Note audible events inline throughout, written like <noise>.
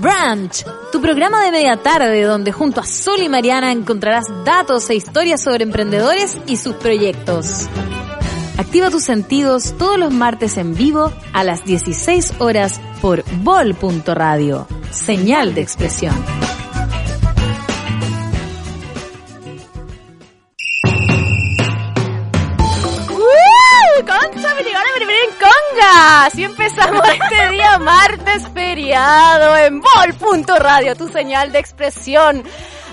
Branch, tu programa de media tarde donde junto a Sol y Mariana encontrarás datos e historias sobre emprendedores y sus proyectos. Activa tus sentidos todos los martes en vivo a las 16 horas por bol.radio. Señal de expresión. ¡Uh! ¡Concha, me llegó la primera en conga! Así empezamos <laughs> este día martes feriado en Vol.radio, tu señal de expresión.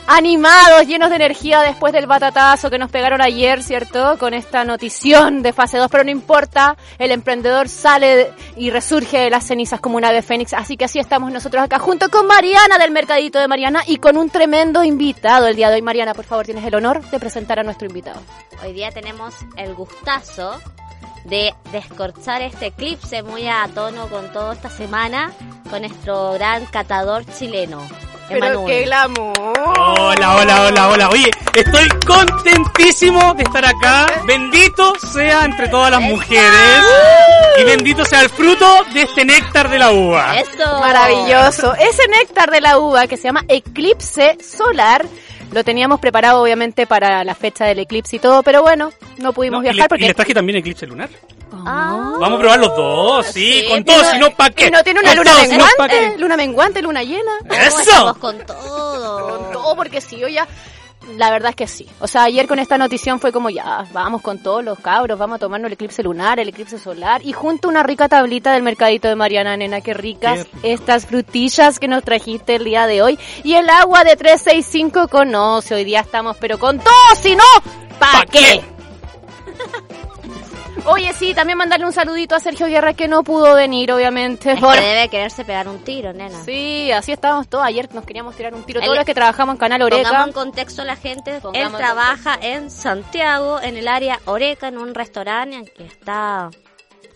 Animados, llenos de energía después del batatazo que nos pegaron ayer, ¿cierto? Con esta notición de fase 2, pero no importa, el emprendedor sale y resurge de las cenizas como una ave fénix, así que así estamos nosotros acá junto con Mariana del Mercadito de Mariana y con un tremendo invitado el día de hoy. Mariana, por favor, tienes el honor de presentar a nuestro invitado. Hoy día tenemos el gustazo de descorchar este eclipse muy a tono con toda esta semana con nuestro gran catador chileno. Pero Emanuel. qué glamour. Hola, hola, hola, hola. Oye, estoy contentísimo de estar acá. Bendito sea entre todas las mujeres. Y bendito sea el fruto de este néctar de la uva. Eso. Maravilloso. Ese néctar de la uva que se llama Eclipse Solar. Lo teníamos preparado obviamente para la fecha del eclipse y todo, pero bueno, no pudimos No, y, le, viajar y porque les traje también eclipse lunar. Ah, Vamos a probar los dos, sí, sí, con pero- todo, si no, ¿pa' qué? y no tiene una Con luna todo, si no, ¿pa' menguante, qué? luna menguante, luna llena. ¿cómo ¡Eso! estamos con todo. Con todo porque sí, yo ya la verdad es que sí. O sea, ayer con esta notición fue como ya, vamos con todos los cabros, vamos a tomarnos el eclipse lunar, el eclipse solar y junto una rica tablita del mercadito de Mariana Nena, qué ricas estas frutillas que nos trajiste el día de hoy y el agua de 365 conoce, hoy día estamos pero con todo, si no, ¿pa' ¿Pa' qué? <laughs> Oye, sí, también mandarle un saludito a Sergio Guerra que no pudo venir, obviamente. Es por- que debe quererse pegar un tiro, nena. Sí, así estábamos todos. Ayer nos queríamos tirar un tiro. El- Todos los que trabajamos en Canal Oreca. Pongamos en contexto a la gente. Pongamos en Él trabaja en Santiago, en el área Oreca, en un restaurante en que está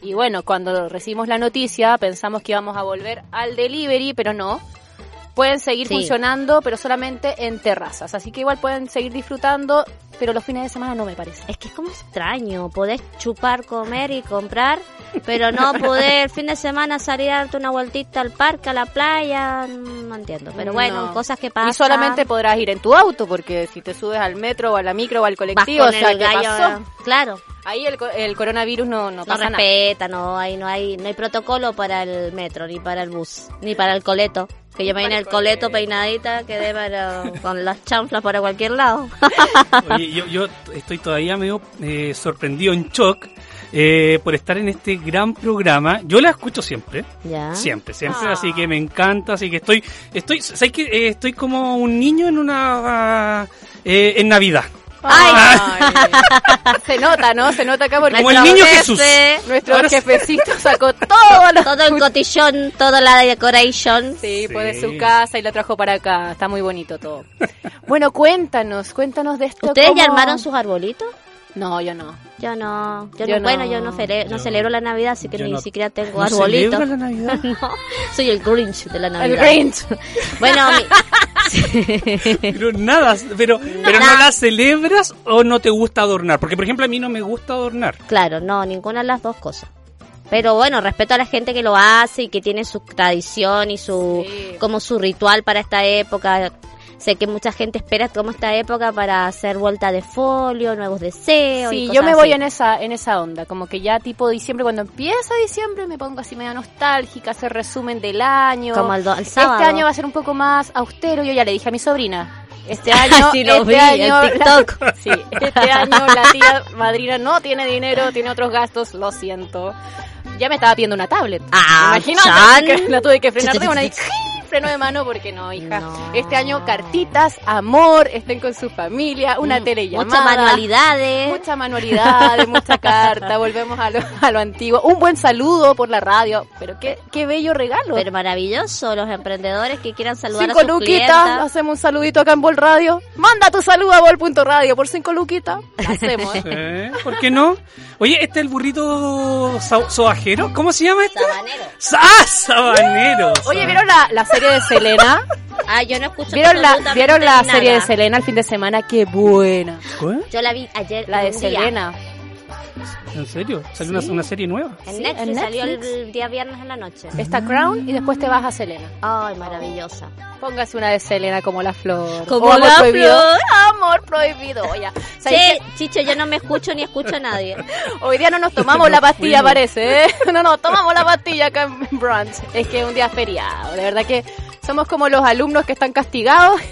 Y bueno, cuando recibimos la noticia pensamos que íbamos a volver al delivery, pero no. Pueden seguir Sí. funcionando, pero solamente en terrazas. Así que igual pueden seguir disfrutando, pero los fines de semana no me parece. Es que es como extraño, podés chupar, comer y comprar, pero no poder el fin de semana salir a darte una vueltita al parque, a la playa, no entiendo. Pero bueno, No. cosas que pasan. Y solamente podrás ir en tu auto, porque si te subes al metro o a la micro o al vas colectivo, o con sea, el ¿qué gallo. pasó? Claro, Ahí el, co- el coronavirus no, no no pasa nada. respeta, no hay, no hay, no hay protocolo para el metro, ni para el bus, ni para el coleto. Que yo me vine el coleto peinadita, quedé para, con las chanflas para <laughs> cualquier lado. Oye, yo, yo estoy todavía medio eh, sorprendido, en shock, eh, por estar en este gran programa. Yo la escucho siempre. ya. Siempre, siempre, Ah. así que me encanta, así que estoy, estoy, ¿sabes que Estoy como un niño en una, ah, eh, en Navidad. Ay, <laughs> se nota, ¿no? Se nota acá porque Como el niño Jesús. nuestro Ahora sí. jefecito sacó <laughs> todo lo Todo el cotillón, toda la decoration. Sí, Sí. pues de su casa y la trajo para acá. Está muy bonito todo. Bueno, cuéntanos, cuéntanos de esto. ¿Ustedes ¿cómo- ya armaron sus arbolitos? No, yo no. Yo no, yo, Yo no, no. bueno, yo no, cele- no celebro la Navidad, así que yo ni no- siquiera tengo No arbolito. celebro la <laughs> Navidad. No, soy el Grinch de la El Navidad. Grinch. <laughs> Bueno, mi- Pero nada, pero, pero no la celebras o no te gusta adornar. Porque, por ejemplo, a mí no me gusta adornar. claro, no, ninguna de las dos cosas. Pero bueno, respeto a la gente que lo hace y que tiene su tradición y su Sí. como su ritual para esta época. Sé que mucha gente espera como esta época para hacer vuelta de folio, nuevos deseos. y Sí, cosas yo me voy así. en esa, en esa onda. Como que ya tipo diciembre, cuando empieza diciembre, me pongo así medio nostálgica, hacer resumen del año. como el, do- el este sábado. año va a ser un poco más austero. Yo ya le dije a mi sobrina. <laughs> Este año, Sí, lo este vi en año, la- TikTok. <laughs> sí, este año la tía madrina no tiene dinero, tiene otros gastos, lo siento. Ya me estaba pidiendo una tablet. Ah, Imagínate Chan. <laughs> que la tuve que frenar de una y freno de mano porque no, hija. No. Este año cartitas, amor, estén con su familia, Mm, una telellamada. Muchas manualidades. Mucha manualidad, mucha carta, volvemos a lo, a lo antiguo. Un buen saludo por la radio, pero qué, qué bello regalo. Pero maravilloso, los emprendedores que quieran saludar cinco a sus luquitas, clientas. hacemos un saludito acá en Bol Radio. Manda tu saludo a bol.radio por cinco luquitas. la hacemos. <laughs> ¿Eh? ¿Por qué no? Oye, este es el burrito so- sobajero. ¿Cómo se llama este? Sabanero. ¡Ah, sabanero! Oye, ¿vieron la, la serie de Selena? Ah, <laughs> yo no escucho ¿Vieron la, absolutamente ¿vieron la nada. serie de Selena el fin de semana? ¡Qué buena! ¿Cuál? Yo la vi ayer. La de un día. Selena. ¿En serio? ¿Salió una, una serie nueva? En Sí, Netflix, en salió Netflix. el día viernes en la noche. Está Crown y después te vas a Selena. Ay, maravillosa. Póngase una de Selena como la flor. Como O amor la prohibido. flor. <laughs> Amor prohibido. Oye, ¿sabes Che, qué? Chicho, yo no me escucho ni escucho a nadie. hoy día no nos tomamos la pastilla, parece. ¿eh? <laughs> No nos tomamos la pastilla acá en <laughs> Brunch. Es que es un día feriado. De verdad que somos como los alumnos que están castigados. <laughs>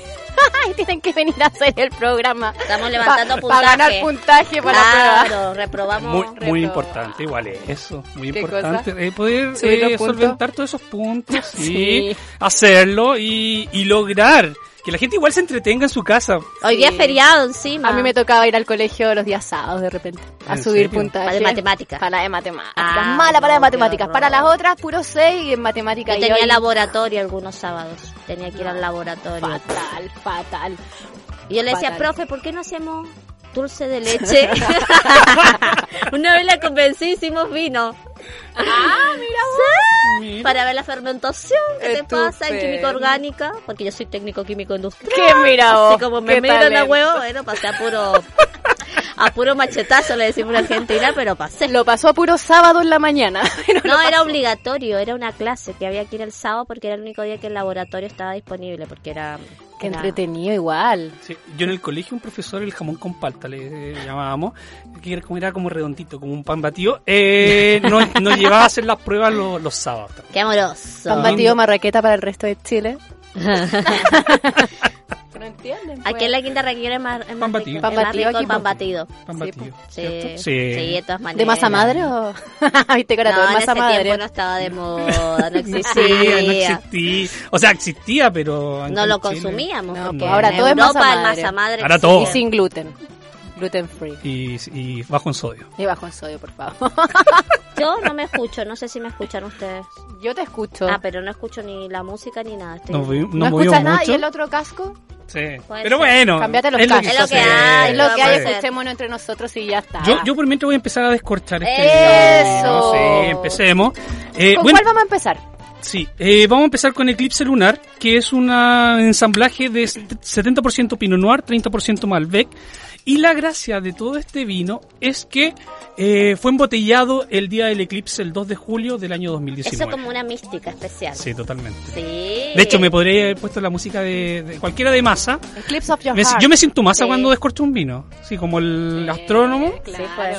Y tienen que venir a hacer el programa. <laughs> Estamos levantando Para puntaje. ganar puntaje para la prueba. Claro, reprobamos. Muy, muy reprobado. importante, igual es eso, muy ¿Qué importante. Eh, poder ¿Subir los eh, puntos? solventar todos esos puntos y Sí. hacerlo y, y lograr que la gente igual se entretenga en su casa. Hoy día Sí. es feriado encima. A mí me tocaba ir al colegio los días sábados de repente a ¿En subir serio? puntaje. Para de matemáticas. Para la de matemáticas. Ah, Mala para la de no, matemáticas. qué horror. Para las otras, puro 6 y en matemáticas. Yo y tenía hoy- laboratorio algunos sábados. Tenía que ir al laboratorio. Fatal, fatal. Y yo le decía, fatal. profe, ¿por qué no hacemos dulce <laughs> de leche? Una vez la convencí, hicimos vino. Ah, mira Para ver la fermentación, ¿qué te pasa? En Estupendo. química orgánica, porque yo soy técnico químico industrial. Qué mira Así vos, como qué me miran a talento. huevo, bueno, pasé a puro, a puro machetazo, le decimos en Argentina, pero pasé. Lo pasó a puro sábado en la mañana. <laughs> Pero No, era obligatorio, era una clase que había que ir el sábado porque era el único día que el laboratorio estaba disponible, porque era... Qué era- entretenido igual. Sí, Yo en el colegio un profesor, el jamón con palta le eh, llamábamos, que era como, era como redondito, como un pan batido, eh, nos, nos llevaba a hacer las pruebas lo- los sábados. Qué amoroso. Pan batido marraqueta para el resto de <laughs> Chile. no entienden. pues. Aquí en la Quinta Raquera es más, es más Pan rico, es batido. Pan más batido, rico aquí el pues. pan pan- batido. Pan Sí, batido. Sí, ¿cierto? sí, de Sí. todas maneras. ¿De masa madre o...? <laughs> Viste que era todo No, de en ese masa madre. tiempo no estaba de <laughs> moda, no No existía. existía, no existía. O sea, existía, pero... acá No en lo Chile- consumíamos. No, porque pues ahora en todo es Europa masa el madre. masa madre Ahora todo. Y existía. sin gluten. Gluten free. Y, y bajo en sodio. Y bajo en sodio, por favor. Yo no me escucho, no sé si me escuchan ustedes. Yo te escucho. Ah, pero no escucho ni la música ni nada. estoy- Nos, vi- nos Este, ¿No movimos escuchas nada? mucho. ¿Y el otro casco? Sí. Puede ser. Pero bueno. Cámbiate los es cascos. Es lo que se hay, hace. Es lo que hay, Sí. escuchémonos entre nosotros y ya está. Yo, yo por mientras voy a empezar a descorchar este ¡Eso! video. Sí, empecemos. Eh, ¿Con bueno, cuál vamos a empezar? sí, eh, vamos a empezar con Eclipse Lunar, que es un ensamblaje de 70% Pinot Noir, 30% Malbec. Y la gracia de todo este vino es que eh, fue embotellado el día del eclipse, el 2 de julio del año 2019. Eso como una mística especial. Sí, totalmente. Sí. De hecho, me podría haber puesto la música de, de cualquiera de masa. Eclipse of Your Me- Heart. yo me siento masa Sí. cuando descorcho un vino. Sí, como el astrónomo. Claro. Sí, pues.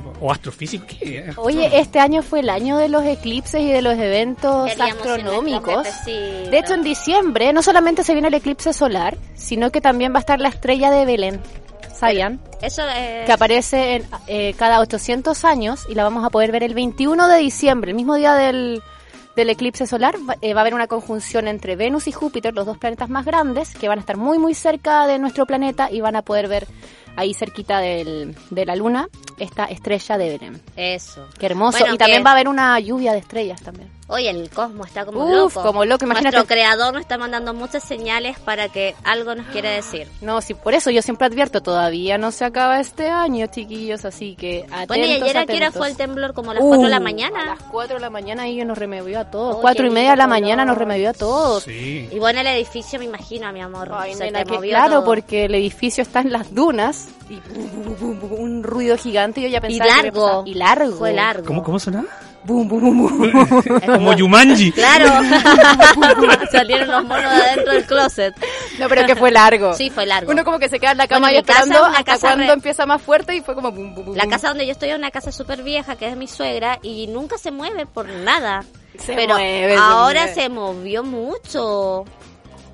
Sí, o astrofísico. ¿qué? Oye, este año fue el año de los eclipses y de los eventos Queríamos ir nuestro astronómicos. pepecito. De hecho, en diciembre no solamente se viene el eclipse solar, sino que también va a estar la estrella de Belén. ¿Sabían? Eso es... Que aparece en, eh, cada 800 años y la vamos a poder ver el 21 de diciembre, el mismo día del, del eclipse solar. Va, eh, va a haber una conjunción entre Venus y Júpiter, los dos planetas más grandes, que van a estar muy, muy cerca de nuestro planeta y van a poder ver ahí cerquita del- de la Luna esta estrella de Belén. Eso. Qué hermoso. Bueno, y también que- va a haber una lluvia de estrellas también. Oye, el cosmos está como Uf, loco. como loco, imagínate. Nuestro creador nos está mandando muchas señales para que algo nos quiere decir. No, sí, por eso yo siempre advierto, todavía no se acaba este año, chiquillos, así que atentos, Bueno, y ayer a qué hora atentos. fue el temblor, como a las 4 de la Uh, A mañana. las 4 de la mañana y nos removió a todos. Oh, 4 y qué media de la lindo mañana nos color. removió a todos. Sí. Y bueno, el edificio, me imagino, mi amor. Ay, se nena, te que movió claro, todo. porque el edificio está en las dunas y bum, bum, bum, bum, un ruido gigante. Yo ya Y pensaba que había largo. pasado. y largo, Fue largo. ¿Cómo, cómo sonaba? Bum, bum, <laughs> bum, bum. Como Yumanji. <laughs> Claro. Salieron los monos de adentro del closet. No, pero que fue largo. Sí, fue largo. Uno como que se queda en la cama Bueno, y mi casa esperando es una hasta casa cuando re- empieza más fuerte y fue como bum, bum, bum, La bum. casa donde yo estoy es una casa súper vieja, que es de mi suegra, y nunca se mueve por nada. Se Pero mueve, se ahora mueve. se movió mucho.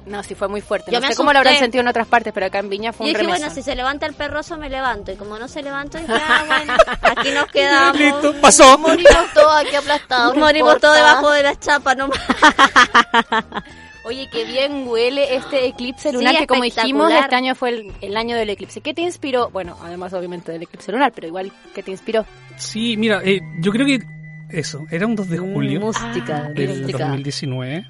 No, sí fue muy fuerte. Yo no me sé cómo lo habrán asusté. sentido en otras partes, pero acá en Viña fue Y un dije, remesón. bueno, si se levanta el perroso me levanto. Y como no se levantó, dije, ah, bueno, aquí nos quedamos. Listo, pasó. Morimos todos aquí aplastados. no Morimos importa. todos debajo de la chapa nomás. Oye, qué bien huele este eclipse lunar Sí, que como dijimos, espectacular. este año fue el, el año del eclipse. ¿Qué te inspiró? Bueno, además obviamente del eclipse lunar, pero igual, ¿qué te inspiró? Sí, mira, eh, yo creo que eso, era un 2 de julio Mm, Mústica, del mústica. 2019,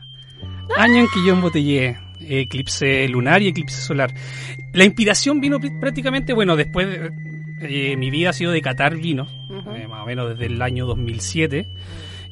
año en que yo embotellé eclipse lunar y eclipse solar. La inspiración vino pr- prácticamente, bueno, después de- eh, mi vida ha sido de catar vino, eh, más o menos desde el año 2007,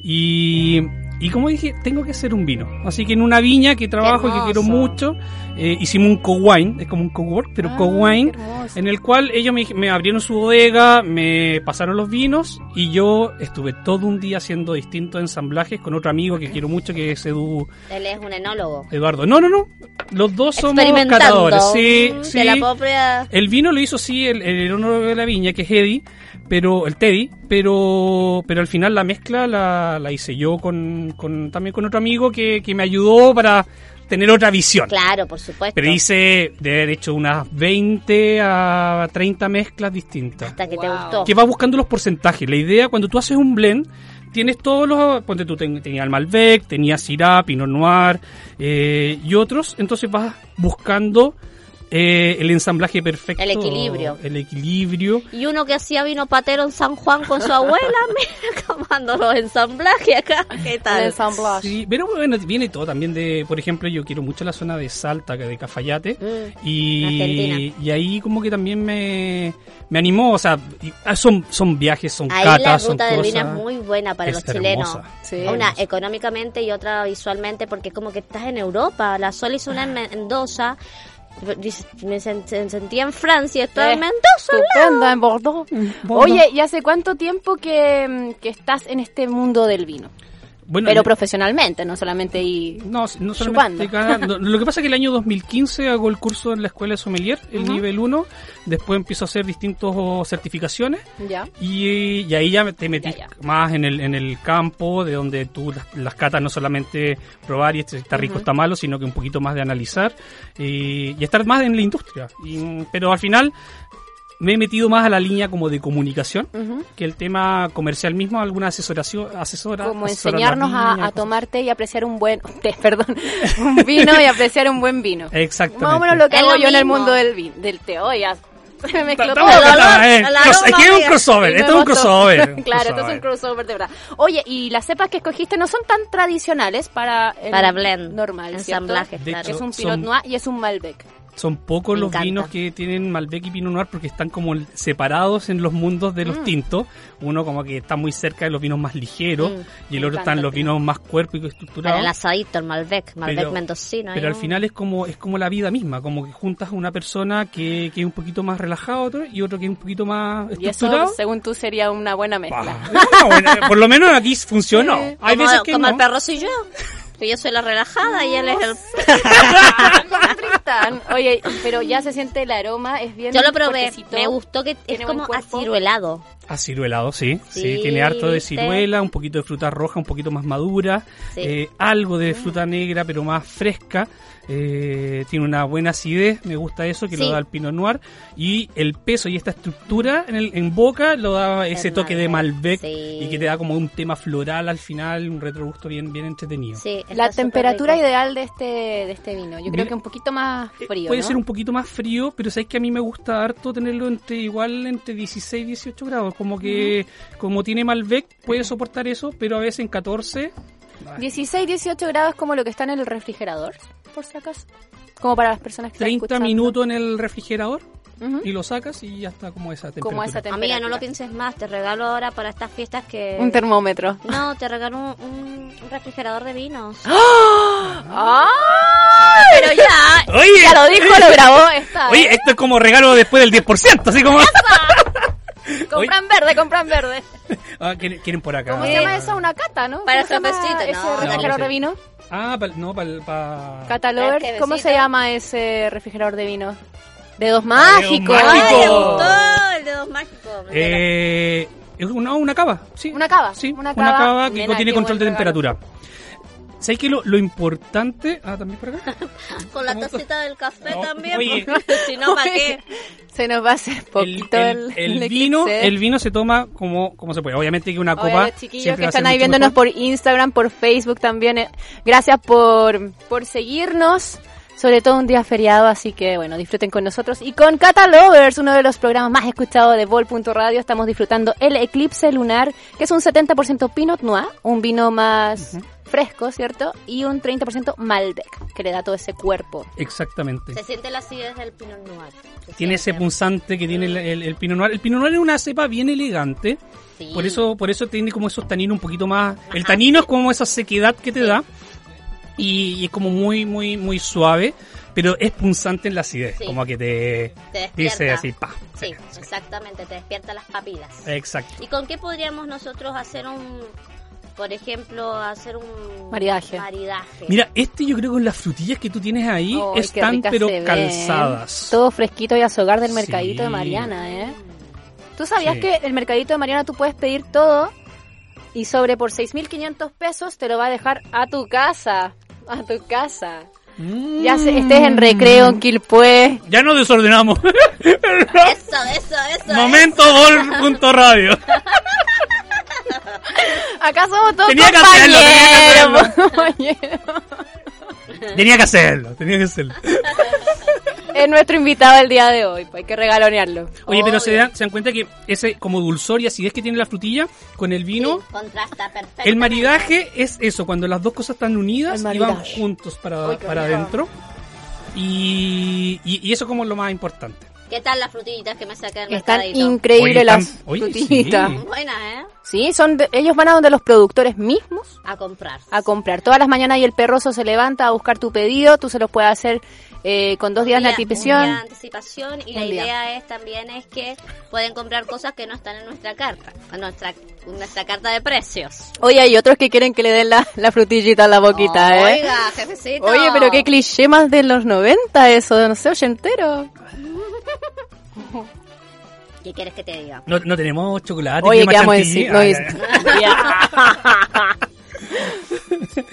y, y como dije, tengo que hacer un vino. Así que en una viña que trabajo y que quiero hermoso. mucho, eh, hicimos un co-wine, es como un co-work, pero Ah, co-wine, en el cual ellos me, me abrieron su bodega, me pasaron los vinos y yo estuve todo un día haciendo distintos ensamblajes con otro amigo que quiero mucho que es Edu, Él es un enólogo. Eduardo. No, no, no, los dos somos Experimentando. catadores. Sí, mm, sí. De la propia... El vino lo hizo sí el, el honor de la viña, que es Eddie, pero el Teddy, pero pero al final la mezcla la, la hice yo con, con- también con otro amigo que, que me ayudó para tener otra visión. Claro, por supuesto. Pero hice de haber hecho unas 20 a 30 mezclas distintas. Hasta que te gustó. Que va buscando los porcentajes. La idea cuando tú haces un blend Tienes todos los... Ponte tú, ten- tenía el Malbec, tenía Syrah, Pinot Noir eh, y otros. Entonces vas buscando eh, el ensamblaje perfecto. El equilibrio. El equilibrio. Y uno que hacía vino patero en San Juan con su abuela, <laughs> mira, comando los ensamblajes acá. ¿Qué El tal? ensamblage. Sí, pero bueno, viene todo también de... Por ejemplo, yo quiero mucho la zona de Salta, que de Cafayate. Mm. Y, Argentina. y ahí como que también me, me animó, o sea, y- ah, son, son viajes, son Ahí catas, la son ruta del cosas. vino es muy buena para Es los chilenos. hermosa. Sí. Una económicamente y otra visualmente, porque como que estás en Europa. La Sol hizo una en Ah. Mendoza. Dice- Me sen- sen- sentía en Francia, estoy Eh, en Mendoza. al lado. ¿eh? Estupenda, en Bordeaux. Oye, ¿y hace cuánto tiempo que, mm, que estás en este mundo del vino? Bueno, Pero yo- profesionalmente, no solamente y... no, no chupando. solamente cada- no, lo que pasa es que el año 2015 hago el curso en la escuela de sommelier, el nivel 1, después empiezo a hacer distintos oh, certificaciones Ya. y, y ahí ya te metís Ya, más en el, en el campo de donde tú las, las catas no solamente probar y este está rico, está malo, sino que un poquito más de analizar y, y estar más en la industria. Y- pero al final me he metido más a la línea como de comunicación Ujú. que el tema comercial mismo, alguna asesoración, asesora. Como asesorar enseñarnos las a, líneas, a cosas. tomarte y apreciar un buen... <laughs> té, Perdón, un vino y apreciar un buen vino. Eh, Exactamente. Más o menos lo que Es hago lo yo en el mismo. mundo del vino, del té. Oye, ya <laughs> se me mezcló todo. Estamos acá, Al eh, aroma, cross- al aquí hay aroma, un crossover, Y me esto es un gustó. crossover. <laughs> un claro, esto es un crossover. crossover de verdad. Oye, y las cepas que escogiste no son tan tradicionales para el Para blend. normal, Ensamblaje, De claro. ¿cierto? Es un Son- Pinot Noir y es un Malbec. Son pocos Me los encanta. vinos que tienen Malbec y Pinot Noir porque están como separados en los mundos de los Mm. tintos. Uno como que está muy cerca de los vinos más ligeros Mm, y el me otro encanta están los el vinos más cuerpicos Para estructurados. el asadito, el Malbec, Malbec mendocino. pero al final es como es como la vida misma, como que juntas a una persona que, que es un poquito más relajado otro, y otro que es un poquito más Y eso, estructurado. según tú, sería una buena mezcla. <laughs> Bah. No, bueno, por lo menos aquí funcionó. Hay como, veces que como no. el perro soy <laughs> yo. Que yo soy la relajada y él es el... Tristan, Oye, pero ya se siente el aroma, es bien <laughs> Yo lo probé, fuertecito. me gustó que es tiene buen como cuerpo. aciruelado. Aciruelado, sí, sí. Sí, Tiene harto de ¿viste? ciruela, un poquito de fruta roja, un poquito más madura. Sí. eh, algo de fruta negra, pero más fresca. eh, tiene una buena acidez, me gusta eso, que Sí. lo da el Pinot Noir. Y el peso y esta estructura en, el- en boca lo da ese El toque de Malbec, Malbec sí. y que te da como un tema floral al final, un retrogusto bien, bien entretenido. Sí, La está temperatura superrico. ideal de este, de este vino, yo creo Mira, que un poquito más Eh, frío. Puede ¿no? ser un poquito más frío, pero sabéis que a mí me gusta harto tenerlo entre igual entre 16 y 18 grados. Como que, como tiene Malbec, puede soportar eso, pero a veces en 14. 16, 18 grados como lo que está en el refrigerador, por si acaso. Como para las personas que están 30 escuchando. minutos en el refrigerador Ujú. y lo sacas y ya está como esa temperatura. Como esa temperatura. Eh, Amiga, no lo pienses más, te regalo ahora para estas fiestas que... Un termómetro. no, te regalo un, un- un refrigerador de vinos. ¡Ah! Pero ya. Oye, Ya lo dijo, lo grabó. Está. eh. oye, esto es como regalo después del 10%, así como... Compran verde, compran verde. <laughs> Ah, ¿quieren, quieren por acá. Eh, ¿Cómo se llama eso? Una cata, ¿no? Para ¿Cómo se llama cervecita, Ese no, refrigerador no. de vino. Ah, pal- no, para... Pa... Catalor. Cervecita. ¿Cómo se llama ese refrigerador de vino? Dedos mágicos. Ah, mágicos. ¡Ay, me Oh. gustó! El dedo mágico. Eh, es una, una cava, sí. Una cava, Sí, una una cava. cava, que Nena, tiene qué control de buen regalo. temperatura. ¿Sabes qué? Lo, lo importante. Ah, también por acá. Con la ¿Cómo esto? tacita del café No, también, oye. porque si no, ¿para qué? Se nos va a hacer El, poquito <laughs> el, el- el vino, el vino se toma como, como se puede. Obviamente que una copa. los chiquillos siempre que va a ser están ahí mucho viéndonos mejor. por Instagram, por Facebook también. eh, Gracias por, por seguirnos. Sobre todo un día feriado, así que bueno, disfruten con nosotros. Y con Cata Lovers, uno de los programas más escuchados de Vol.radio, estamos disfrutando el Eclipse Lunar, que es un 70% Pinot Noir, un vino más fresco, ¿cierto? Y un 30% Malbec, que le da todo ese cuerpo. Exactamente. Se siente la acidez del Pinot Noir. Se Tiene ese siente. punzante que tiene el, el, el Pinot Noir. El Pinot Noir es una cepa bien elegante. Sí. Por eso, por eso tiene como esos taninos un poquito más. El tanino es como esa sequedad que te da. Y, y es como muy, muy, muy suave. Pero es punzante en la acidez. Sí. Como que te, Te dice despierta. así, Eh. pa. Sí, exactamente, te despierta las papilas. Exacto. ¿Y con qué podríamos nosotros hacer un, por ejemplo, hacer un Maridaje. maridaje? Mira, este yo creo que con las frutillas que tú tienes ahí Ay, qué están ricas pero se ven. calzadas. Todo fresquito y a su hogar del mercadito de Sí. Mariana, ¿eh? ¿Tú sabías Sí. que el mercadito de Mariana tú puedes pedir todo y sobre por 6.500 pesos te lo va a dejar a tu casa? A tu casa. Mm. Ya se- estés en recreo, en Quilpué. Ya nos <laughs> desordenamos. Eso, eso, eso. ¿eh? Momento gol punto radio. Acá somos todos Tenía que hacerlo, tenía compañeros. que compañeros. Tenía que hacerlo, tenía que hacerlo. es nuestro invitado el día de hoy, pues hay que regalonearlo. Oye, pero se Obvio. dan, se dan cuenta que ese como dulzor y acidez que tiene la frutilla con el Sí, vino. contrasta perfecto. El maridaje es eso, cuando las dos cosas están unidas El y van maridaje. juntos para, Uy, qué para rico. adentro. Y, y, y eso como lo más importante. ¿Qué tal las frutillitas que me saqué del Están mercadito? increíbles Oye, las están- oye, sí. frutitas. Buenas, ¿eh? Sí, son de- ellos van a donde los productores mismos A comprar. a comprar. Todas las mañanas y el perroso se levanta a buscar tu pedido, tú se los puedes hacer eh, con dos días de Un día- un día de anticipación. anticipación y Un la día. idea es también es que pueden comprar cosas que no están en nuestra carta, en nuestra en nuestra carta de precios. Oye, hay otros que quieren que le den la, la frutillita a la boquita, ¿eh? Oiga, jefecito. Oye, pero qué cliché más de los 90 eso, no sé, ochentero. ¿Qué quieres que te diga? No, no tenemos chocolate. Oye, crema ¿qué vamos a Ah, chantilly. decir? No, Ah, es- ya, ya. <laughs> Ya.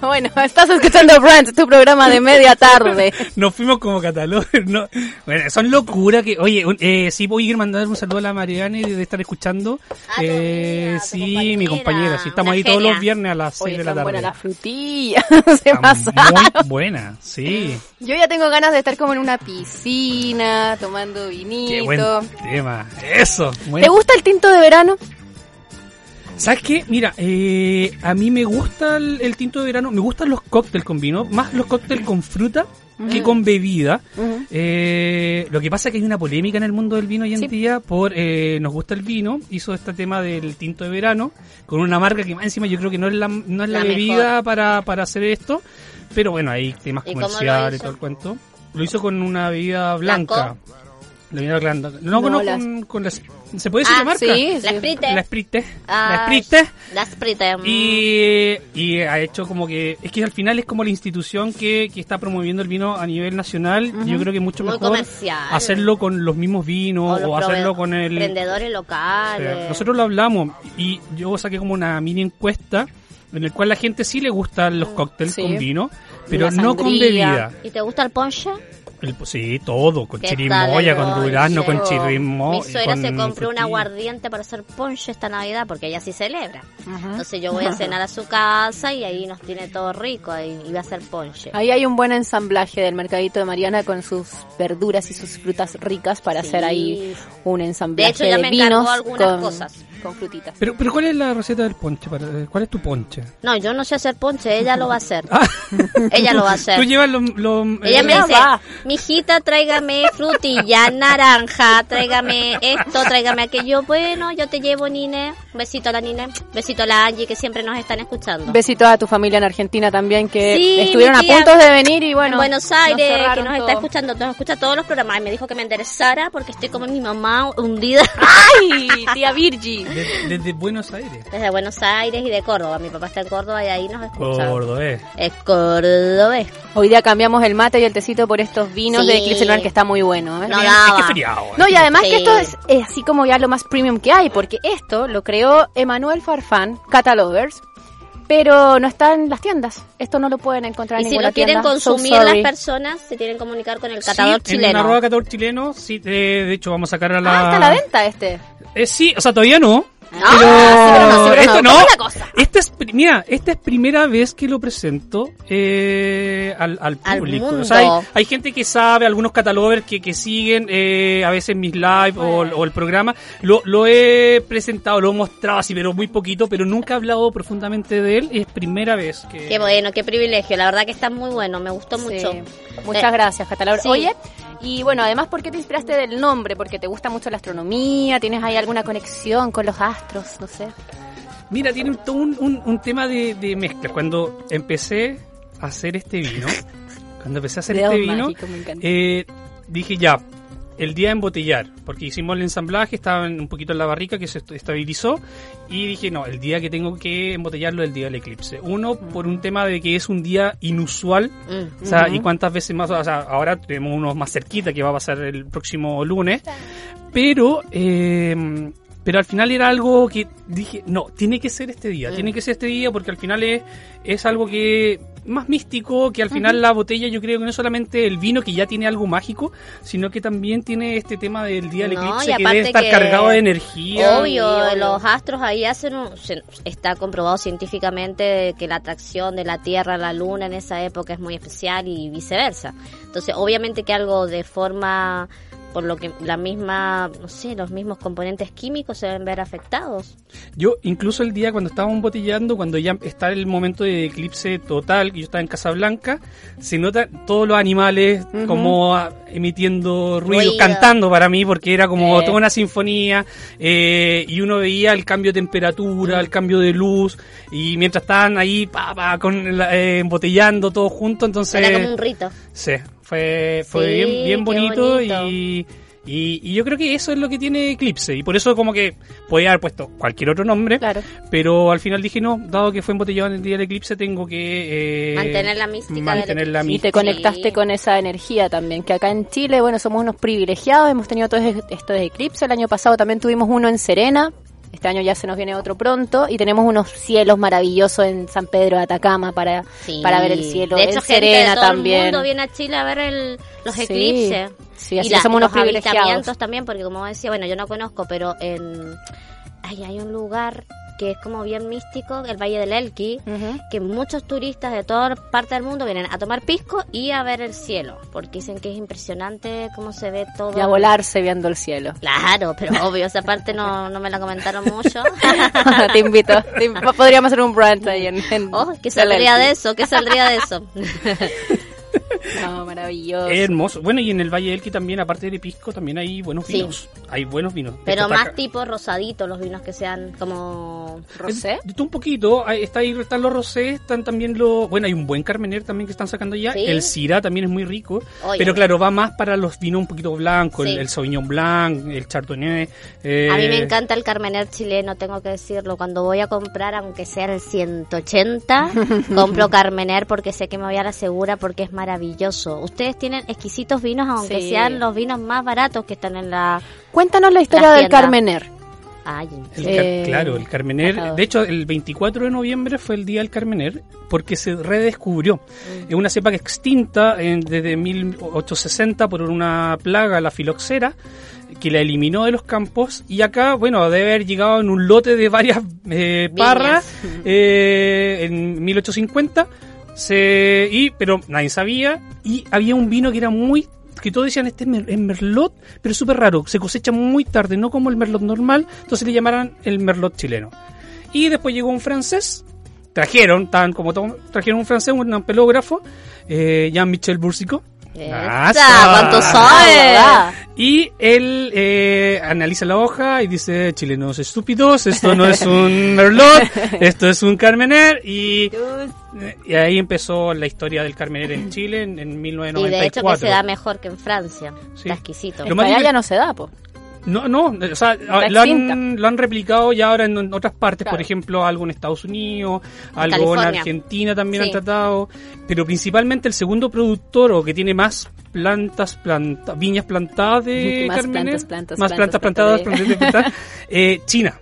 <laughs> bueno, estás escuchando Brands, tu programa de media tarde. Nos fuimos como catalogos. no. Bueno, son locuras que. Oye, un- eh, sí, voy a ir mandando un saludo a la Mariana y de estar escuchando. Ah, tu Eh, amiga, tu sí, compañera, mi compañera. Sí, estamos una ahí todos genia. los viernes a las 6 Oye, de son la tarde. <laughs> buenas las frutillas, <laughs> se Está pasaron. muy buena, sí. Yo ya tengo ganas de estar como en una piscina, tomando vinito. Qué buen tema. Eso. buen ¿Te gusta el tinto de verano? ¿Sabes qué? Mira, eh, a mí me gusta el, el tinto de verano, me gustan los cócteles con vino, más los cócteles con fruta que con bebida. Eh, lo que pasa es que hay una polémica en el mundo del vino hoy en Sí. día por eh, nos gusta el vino, hizo este tema del tinto de verano con una marca que más encima yo creo que no es la, no es la, La bebida para, para hacer esto, pero bueno, hay temas ¿Y cómo lo comerciales hizo? todo el cuento. Lo hizo con una bebida blanca. ¿Blanco? La bebida blanca. No, No, no, la- con, con la- ¿Se puede decir Ah, la marca? sí. La sprite. La Sprite. Ah, la Sprite. La sprite. mm. Y, y ha hecho como que. Es que al final es como la institución que, que está promoviendo el vino a nivel nacional. Yo creo que es mucho Muy mejor comercial. hacerlo con los mismos O vinos los o, hacerlo prove- con el. Vendedores o locales. sea, nosotros lo hablamos y yo saqué como una mini encuesta en el cual la gente sí le gustan Mm, los cócteles Sí. con vino, pero no con sangría. bebida. ¿Y te gusta el ponche? El- sí, todo, con ¿Qué chirimoya, tal el con durazno, con ponche? chirimo. Mi suegra con se compró un frutilla. aguardiente para hacer ponche esta Navidad porque ella sí celebra. Entonces yo <laughs> voy a cenar a su casa y ahí nos tiene todo rico ahí, y va a hacer ponche. Ahí hay un buen ensamblaje del mercadito de Mariana con sus verduras y sus frutas ricas para Sí. hacer ahí un De ensamblaje hecho, de, ya me encargó vinos algunas con, cosas. con frutitas. Pero, pero ¿cuál es la receta del ponche? para- ¿Cuál es tu ponche? No, yo no sé hacer ponche, ella lo va a hacer. Ah. <laughs> Ella lo va a Tú hacer. llevas los... los- Ella eh, me Ella dice, va. mijita, tráigame frutilla, naranja, tráigame esto, tráigame aquello. Bueno, yo te llevo, Nine. Un besito a la Nine, besito a la Angie, que siempre nos están escuchando. Besitos a tu familia en Argentina también que Sí, estuvieron a mi tía punto de venir y bueno. en Buenos Aires, nos que cerraron nos está todo. escuchando, nos escucha todos los programas. Y me dijo que me enderezara porque estoy como mi mamá <laughs> hundida ¡Ay, tía Virgi! de- desde Buenos Aires. desde Buenos Aires y de Córdoba. Mi papá está en Córdoba y ahí nos escucha. Cordobés. Es cordobés. Hoy día cambiamos el mate y el tecito por estos vinos Sí. de Eclipse Lunar que está muy bueno. ¿eh? No Bien, Es que daba. es feriado. eh. No, y además Sí. que esto es, es así como ya lo más premium que hay, porque esto lo creó Emanuel Farfán, Catalovers, pero no está en las tiendas. Esto no lo pueden encontrar Y en si ninguna lo quieren tienda. So consumir las sorry. personas, se tienen que comunicar con el catador Sí, En chileno. arroba catador chileno, sí, eh, de hecho vamos a sacar a la... Ah, está a la venta este. Eh, sí, o sea, todavía no. Ah, sí, pero no, sí, pero no. esto no. ¿Cómo es la cosa? Esta es, pri- mira, esta es primera vez que lo presento eh, al, al Al público. mundo. O sea, hay, hay gente que sabe, algunos catalogers que, que siguen eh, a veces mis live o, o el programa. Lo, lo he presentado, lo he mostrado así, pero muy poquito, pero nunca he hablado profundamente de él. Es primera vez que... Qué bueno, qué privilegio. La verdad que está muy bueno, me gustó Sí. mucho. Muchas Eh, gracias, Catalabra. sí. Oye, y bueno, además, ¿por qué te inspiraste del nombre? Porque te gusta mucho la astronomía, tienes ahí alguna conexión con los astros, no sé. Mira, tiene todo un, un- un tema de, de mezcla. Cuando empecé a hacer este vino, cuando empecé a hacer Dedos este vino, mágicos, me encanta. eh, dije ya, el día de embotellar, porque hicimos el ensamblaje, estaba en- un poquito en la barrica que se est- estabilizó, y dije no, el día que tengo que embotellarlo es el día del eclipse. Uno, por un tema de que es un día inusual mm. o sea, y cuántas veces más, o sea, ahora tenemos unos más cerquita que va a pasar el próximo lunes, pero eh, pero al final era algo que dije, no, tiene que ser este Mm. día, tiene que ser este día porque al final es, es algo que más místico, que al final la botella yo creo que no es solamente el vino que ya tiene algo mágico, sino que también tiene este tema del día del No, y eclipse que aparte debe estar que- cargado de energía. Obvio, obvio. los astros ahí hacen un- se- está comprobado científicamente de que la atracción de la Tierra a la Luna en esa época es muy especial y viceversa. Entonces, obviamente que algo de forma por lo que la misma, no sé, los mismos componentes químicos se deben ver afectados. Yo, incluso el día cuando estábamos embotellando, cuando ya está el momento de eclipse total, que yo estaba en Casablanca, se notan todos los animales como ah, emitiendo ruido, Ruido. cantando para mí, porque era como Eh. toda una sinfonía, eh, y uno veía el cambio de temperatura, el cambio de luz, y mientras estaban ahí pa, pa, con la- eh, embotellando todo junto, entonces... Era como un rito. Sí, fue, fue Sí, bien, bien qué bonito, bonito. Y, y, y yo creo que eso es lo que tiene Eclipse. Y por eso como que podía haber puesto cualquier otro nombre, Claro. pero al final dije no, dado que fue embotellado en el día del Eclipse, tengo que... eh, Mantener la mística del Mantener la Y te mística. conectaste con esa energía también, que acá en Chile, bueno, somos unos privilegiados, hemos tenido todos estos eclipses, el año pasado también tuvimos uno en Serena, este año ya se nos viene otro pronto, y tenemos unos cielos maravillosos en San Pedro de Atacama para, Sí. para ver el cielo, De hecho, en gente de Serena todo también. El mundo viene a Chile a ver el- los Sí. eclipses. Sí, así y la- somos unos los privilegiados. avistamientos también, porque como decía, bueno, yo no conozco, pero en ay, hay un lugar que es como bien místico, el Valle del Elqui, Ujú. que muchos turistas de toda parte del mundo vienen a tomar pisco y a ver el cielo, porque dicen que es impresionante cómo se ve todo. Y a volarse viendo el <laughs> cielo. <laughs> Claro, pero obvio, esa parte no, no me la <laughs> comentaron mucho. te invito. te in- podríamos hacer un brunch ahí en... en Oh, ¿qué saldría de eso? ¿Qué saldría <laughs> de eso? No, maravilloso. Hermoso. Bueno, y en el Valle del Elqui también, aparte de pisco, también hay buenos Sí. vinos. Hay buenos vinos. Pero Esto está más acá. tipo rosadito, los vinos que sean como... Rosé. De todo un poquito, ahí está ahí están los rosés, están también los... Bueno, hay un buen carmener también que están sacando ya. Sí. El Syrah también es muy rico. Oye. Pero claro, va más para los vinos un poquito blancos, Sí. el, el Sauvignon Blanc, el Chardonnay. eh, A mí me encanta el Carmener chileno, tengo que decirlo. Cuando voy a comprar, aunque sea el 180, <laughs> compro Carmener porque sé que me voy a la segura porque es maravilloso. Ustedes tienen exquisitos vinos, aunque Sí. sean los vinos más baratos que están en la... Cuéntanos la historia La del tienda. Carmener. Ay, el car- eh, claro, el Carmener. sacado. De hecho, el 24 de noviembre fue el día del Carmener porque se redescubrió. Mm. Es una cepa que extinta en- desde 1860 por una plaga, la filoxera, que la eliminó de los campos. Y acá, bueno, debe haber llegado en un lote de varias eh, Viñas. parras eh, en 1850. Se, y, pero nadie sabía. Y había un vino que era muy. Que todos decían, este es mer- es merlot, pero es súper raro. Se cosecha muy tarde, no como el merlot normal. Entonces le llamaran el merlot chileno. Y después llegó un francés. Trajeron, tan como to- trajeron un francés, un ampelógrafo, eh, Jean-Michel Boursicot. ¡Esa! <laughs> ¿Cuánto Ah, sabe? Y él eh, analiza la hoja y dice, chilenos estúpidos, esto no es un Merlot, esto es un Carmener. Y, eh, y ahí empezó la historia del Carmener en Chile en, en Y de hecho que 1994. se da mejor que en Francia. Sí. Está exquisito. Lo Lo más divert- ya no se da, po. No, no, o sea, ah, lo extinta. han, lo han replicado ya ahora en, en otras partes, por Claro. ejemplo, algo en Estados Unidos, algo en California. Argentina también Sí. han tratado, pero principalmente el segundo productor o que tiene más plantas, planta, viñas plantadas de Más Carmener, plantas, plantas, más plantas, <laughs> plantas, plantadas, plantas plantas, plantas, eh, China.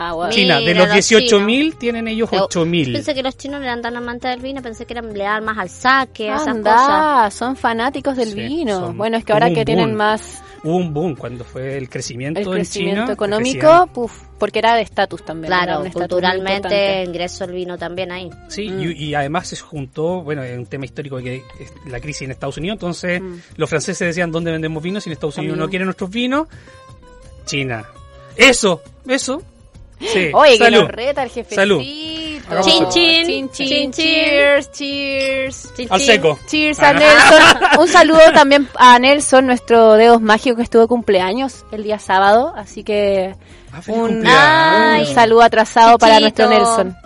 Ah, bueno. China, de Mira, los 18.000 chinos. tienen ellos Yo 8.000. Pensé que los chinos no eran tan amantes del vino, pensé que eran le daban más al saque, a esas cosas. Anda, son fanáticos del Sí, vino. son- Bueno, es que ahora hubo que un tienen boom. más Hubo un boom cuando fue el crecimiento, el crecimiento en China. económico, crecían- puf, porque era de estatus también. era un Claro, estatus muy culturalmente importante. ingresó el vino también ahí. Sí, Mm. y, y además se juntó, bueno, es un tema histórico que es la crisis en Estados Unidos, entonces Mm. los franceses decían, ¿dónde vendemos vino? Si en Estados Unidos no quieren nuestros vinos, China. Eso, eso. Sí, <gasps> Oye, que salud. lo reta el jefe. Salud. Chin, chin, chin. chin, Chin, chin. Cheers, cheers. Sí, Al sí. seco. Cheers a Nelson. Un saludo también a Nelson, nuestro dedos mágico que estuvo de cumpleaños el día sábado. Así que Ah, feliz un, cumpleaños. un saludo atrasado para Chichito. nuestro Nelson.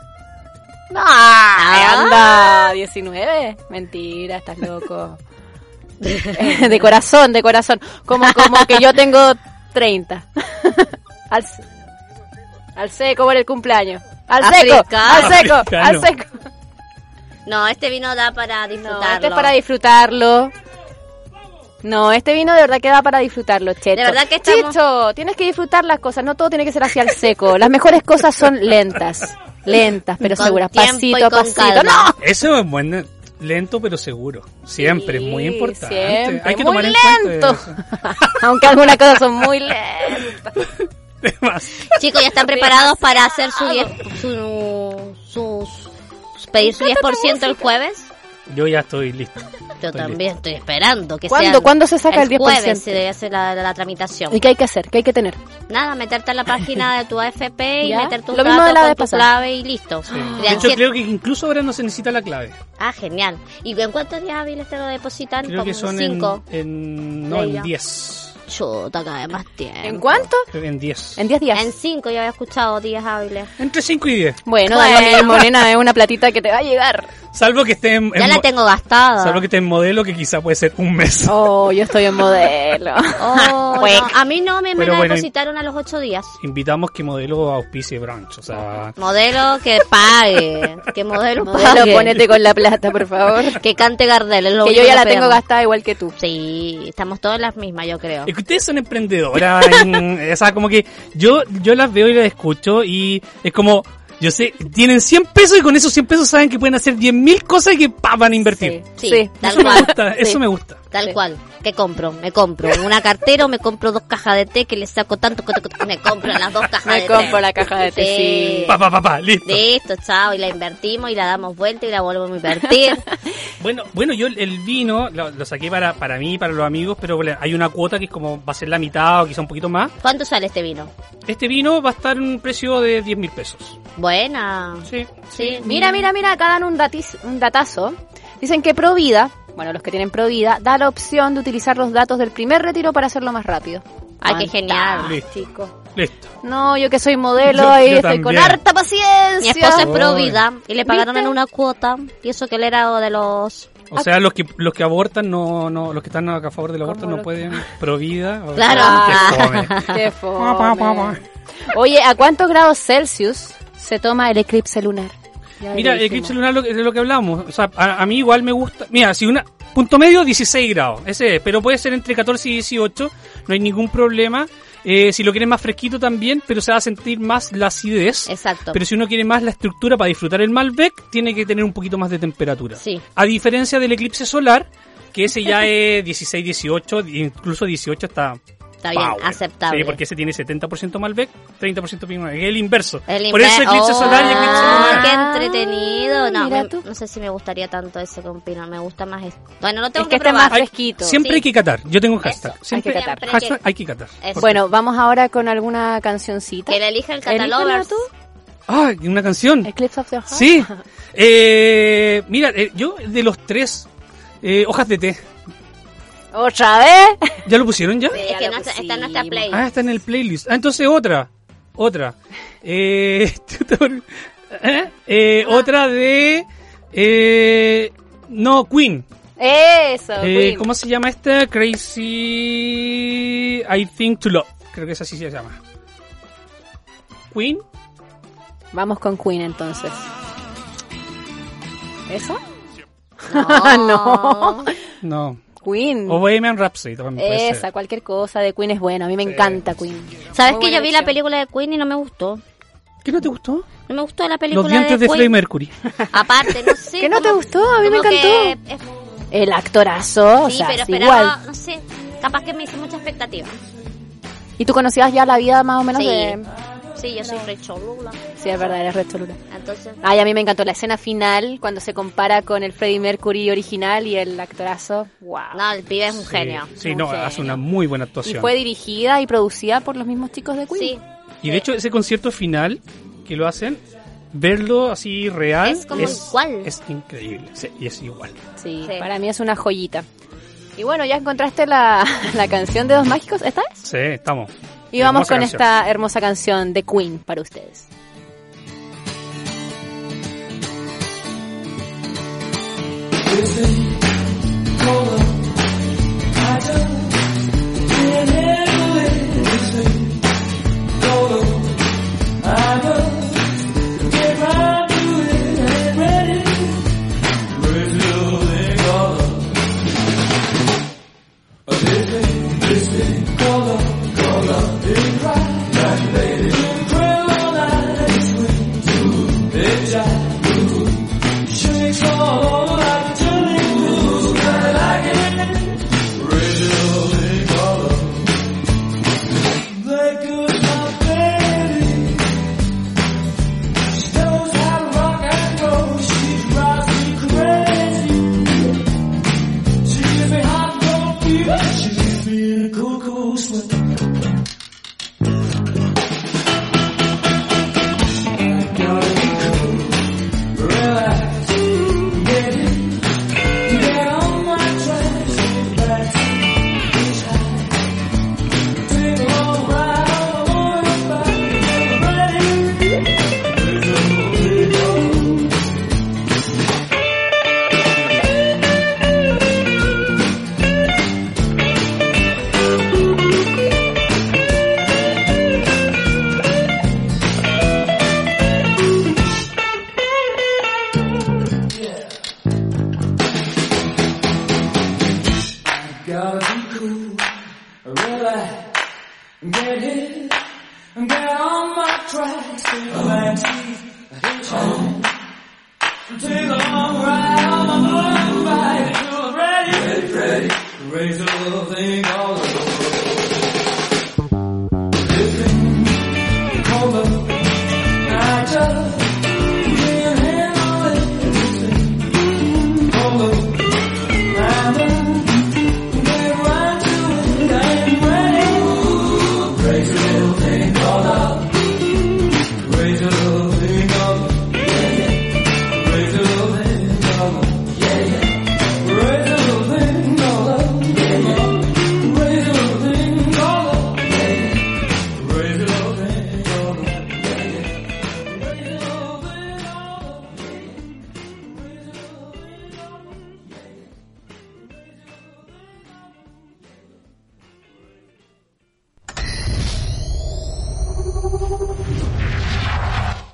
Ah, anda, 19. Mentira, estás <laughs> loco. de corazón, de corazón. Como, como que yo tengo 30. Al, se- al seco por el cumpleaños. Al seco, Africano. al seco, Africano. al seco. No, este vino da para No, disfrutarlo. este es para disfrutarlo. No, este vino de verdad que da para disfrutarlo, Checho. De verdad que estamos- Checho, tienes que disfrutar las cosas, no todo tiene que ser hacia el seco. Las mejores cosas son lentas, lentas, pero Con seguras, tiempo y pasito a con pasito. calma. ¡No! Eso es buen, lento pero seguro. Siempre, es muy Sí, importante. siempre. Hay que muy tomar en lento. cuenta <laughs> Aunque algunas cosas son <laughs> muy lentas. eso. Además, Chicos, <laughs> ya están preparados para hacer su 10, su, sus- pedir su 10% el jueves. yo ya estoy listo. Yo Estoy también estoy esperando que ¿Cuándo? sea- ¿Cuándo se saca el 10%? jueves se debe hacer la, la- la tramitación. ¿Y qué hay que hacer? ¿Qué hay que tener? Nada, meterte a la página de tu AFP y ¿Ya? meter tus Lo mismo datos de la con vez tu pasada. clave y listo. listo. Te De dan hecho, siete- creo que incluso ahora no se necesita la clave. Ah, genial. ¿Y en cuántos días hábiles te lo depositan? Creo Como que son en, cinco. en- No, Leía. en 10. Chuta, cada vez más tiempo. ¿En cuánto? En 10. En 10 días. En cinco, yo había escuchado días hábiles. Entre 5 y 10. Bueno, da lo <laughs> mismo, nena, es una platita que te va a llegar. Salvo que esté en, Ya en la mo- tengo gastada. Salvo que esté en modelo que quizá puede ser un mes. Oh, yo estoy en modelo. Oh, Cuec. no, a mí no me, me Pero la bueno, depositaron a los ocho días. Invitamos que modelo auspicie brunch. O Oh. sea, Modelo que <laughs> pague. que <laughs> modelo, Modelo, pague. ponete con la plata, por <laughs> favor. Que cante Gardel. es lo que yo único ya la pedimos. tengo gastada igual que tú. Sí, estamos todas las mismas, yo creo. es que ustedes son emprendedoras. <laughs> en- o sea, como que yo, yo las veo y las escucho y es como, yo sé, tienen 100 pesos y con esos 100 pesos saben que pueden hacer 10.000 cosas y que pa, van a invertir. Sí, Sí. tal Eso <laughs> me cual. gusta, eso me gusta. Tal Sí. cual. ¿Qué compro? Me compro una cartera o me compro dos cajas de té que le saco tanto. que- que- que- Me compro las dos cajas Me de té. compro la caja de té, Ah, sí. Pa, pa, pa, pa, listo. Listo, chao. Y la invertimos y la damos vuelta y la volvemos a invertir. Bueno, bueno, yo el- el vino lo, lo saqué para, para mí, para los amigos, pero bueno, hay una cuota que es como va a ser la mitad o quizá un poquito más. ¿Cuánto sale este vino? Este vino va a estar en un precio de 10 mil pesos. Buena. Sí. Sí. Mira, mira, mira, acá dan un, datis- un datazo. Dicen que Provida, bueno, los que tienen Provida, da la opción de utilizar los datos del primer retiro para hacerlo más rápido. Ay, qué genial. Fantástico. Listo. No, yo que soy modelo Yo- y yo estoy también. con harta Mi paciencia. esposa es Ay. pro vida y le pagaron ¿Viste? en una cuota y eso que él era de los... O sea, los que los que abortan no no los que están a favor del aborto ¿Cómo no lo- pueden pro vida. o- Claro. Qué fome. <laughs> Qué fome. Oye, ¿a cuántos grados Celsius se toma el eclipse lunar? Ya lo Mira, el dijimos. eclipse lunar lo que- es de lo que hablamos. O sea, a, a mí igual me gusta. Mira, si una. Punto medio, 16 grados. Ese es. Pero puede ser entre 14 y 18. No hay ningún problema. Eh, si lo quieres más fresquito también, pero se va a sentir más la acidez. Exacto. Pero si uno quiere más la estructura para disfrutar el Malbec, tiene que tener un poquito más de temperatura. Sí. A diferencia del eclipse solar, que <laughs> ese ya es 16, 18, incluso 18 está... Está bien, power. aceptable. Sí, porque ese tiene 70% Malbec, 30% Pinot. Es el inverso. El Por eso inver- eclipse Oh, solar y eclipse lunar. Qué entretenido. No, Ah, Mira me- tú. no sé si me gustaría tanto ese con pino. Me gusta más este. Bueno, lo tengo Es que esté probar. más fresquito. Siempre Sí. hay que catar. Yo tengo un hashtag. Siempre que catar. hashtag hay que catar. Eso. Bueno, vamos ahora con alguna cancioncita. Que le elija el Elígela catalogo. tú. Ah, y una canción. Eclipse of the Heart. Sí. Eh, mira, eh, yo de los tres, eh, hojas de té. ¿Otra vez? ¿Ya lo pusieron ya? Es que Ya no lo está, está en nuestra pusimos. play. Ah, está en el playlist. Ah, entonces otra. Otra. Eh, <laughs> tutor- ¿eh? Eh, otra de... eh, no, Queen. Eso, Eh, Ah, Queen. ¿Cómo se llama esta? Crazy... I think to love. Creo que es así se llama. Queen. Vamos con Queen entonces. ¿Eso? <laughs> No. no. No. Queen. O Bohemian Rhapsody también Oh, puede Esa, ser. cualquier cosa de Queen es bueno. A mí me encanta Queen. ¿Sabes Muy que buena yo vi la elección. película de Queen y no me gustó? ¿Qué no te gustó? No me gustó la película Los dientes de Queen. Freddie Mercury. Aparte, no <laughs> sé. ¿Qué no te como- gustó? A mí me como que encantó. es- El actorazo, o sí, sea, pero es esperaba, igual. no sé, capaz que me hice mucha expectativa. Y tú conocías ya la vida más o menos Sí. de... Sí, yo soy re cholula. Sí, es verdad, eres restolura. Entonces, Ay, a mí me encantó la escena final cuando se compara con el Freddie Mercury original y el actorazo. ¡Wow! no, el pibe es un genio. Sí, un no, genio. hace una muy buena y actuación. fue dirigida y producida por los mismos chicos de Queen. Sí, Y de hecho, ese concierto final que lo hacen, verlo así real. Es como igual. Es increíble. Sí, y es igual. Sí, Sí. para mí es una joyita. Y bueno, ya encontraste la, <laughs> la canción de Dos Mágicos, ¿esta es? Sí, estamos. Y vamos Hermosa con canción. esta hermosa canción de Queen para ustedes.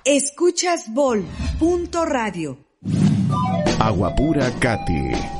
Escuchas Bol. Punto radio. Agua Pura Cati.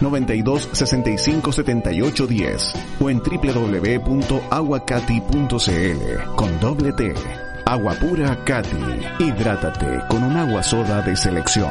92 65 78 10 o en www.aguacati.cl con doble T. Agua pura Cati. Hidrátate con un agua soda de selección.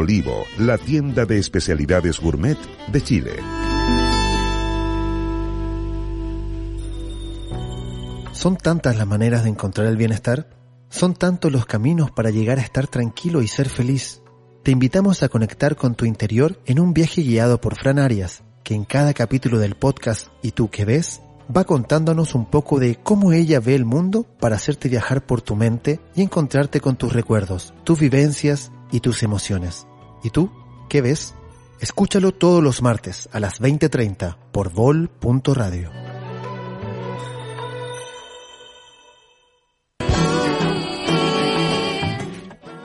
Olivo, la tienda de especialidades gourmet de Chile. ¿Son tantas las maneras de encontrar el bienestar? ¿Son tantos los caminos para llegar a estar tranquilo y ser feliz? Te invitamos a conectar con tu interior en un viaje guiado por Fran Arias, que en cada capítulo del podcast ¿Y tú qué ves? va contándonos un poco de cómo ella ve el mundo para hacerte viajar por tu mente y encontrarte con tus recuerdos, tus vivencias y tus emociones. ¿Y tú qué ves? Escúchalo todos los martes a las 20:30 por vol.radio.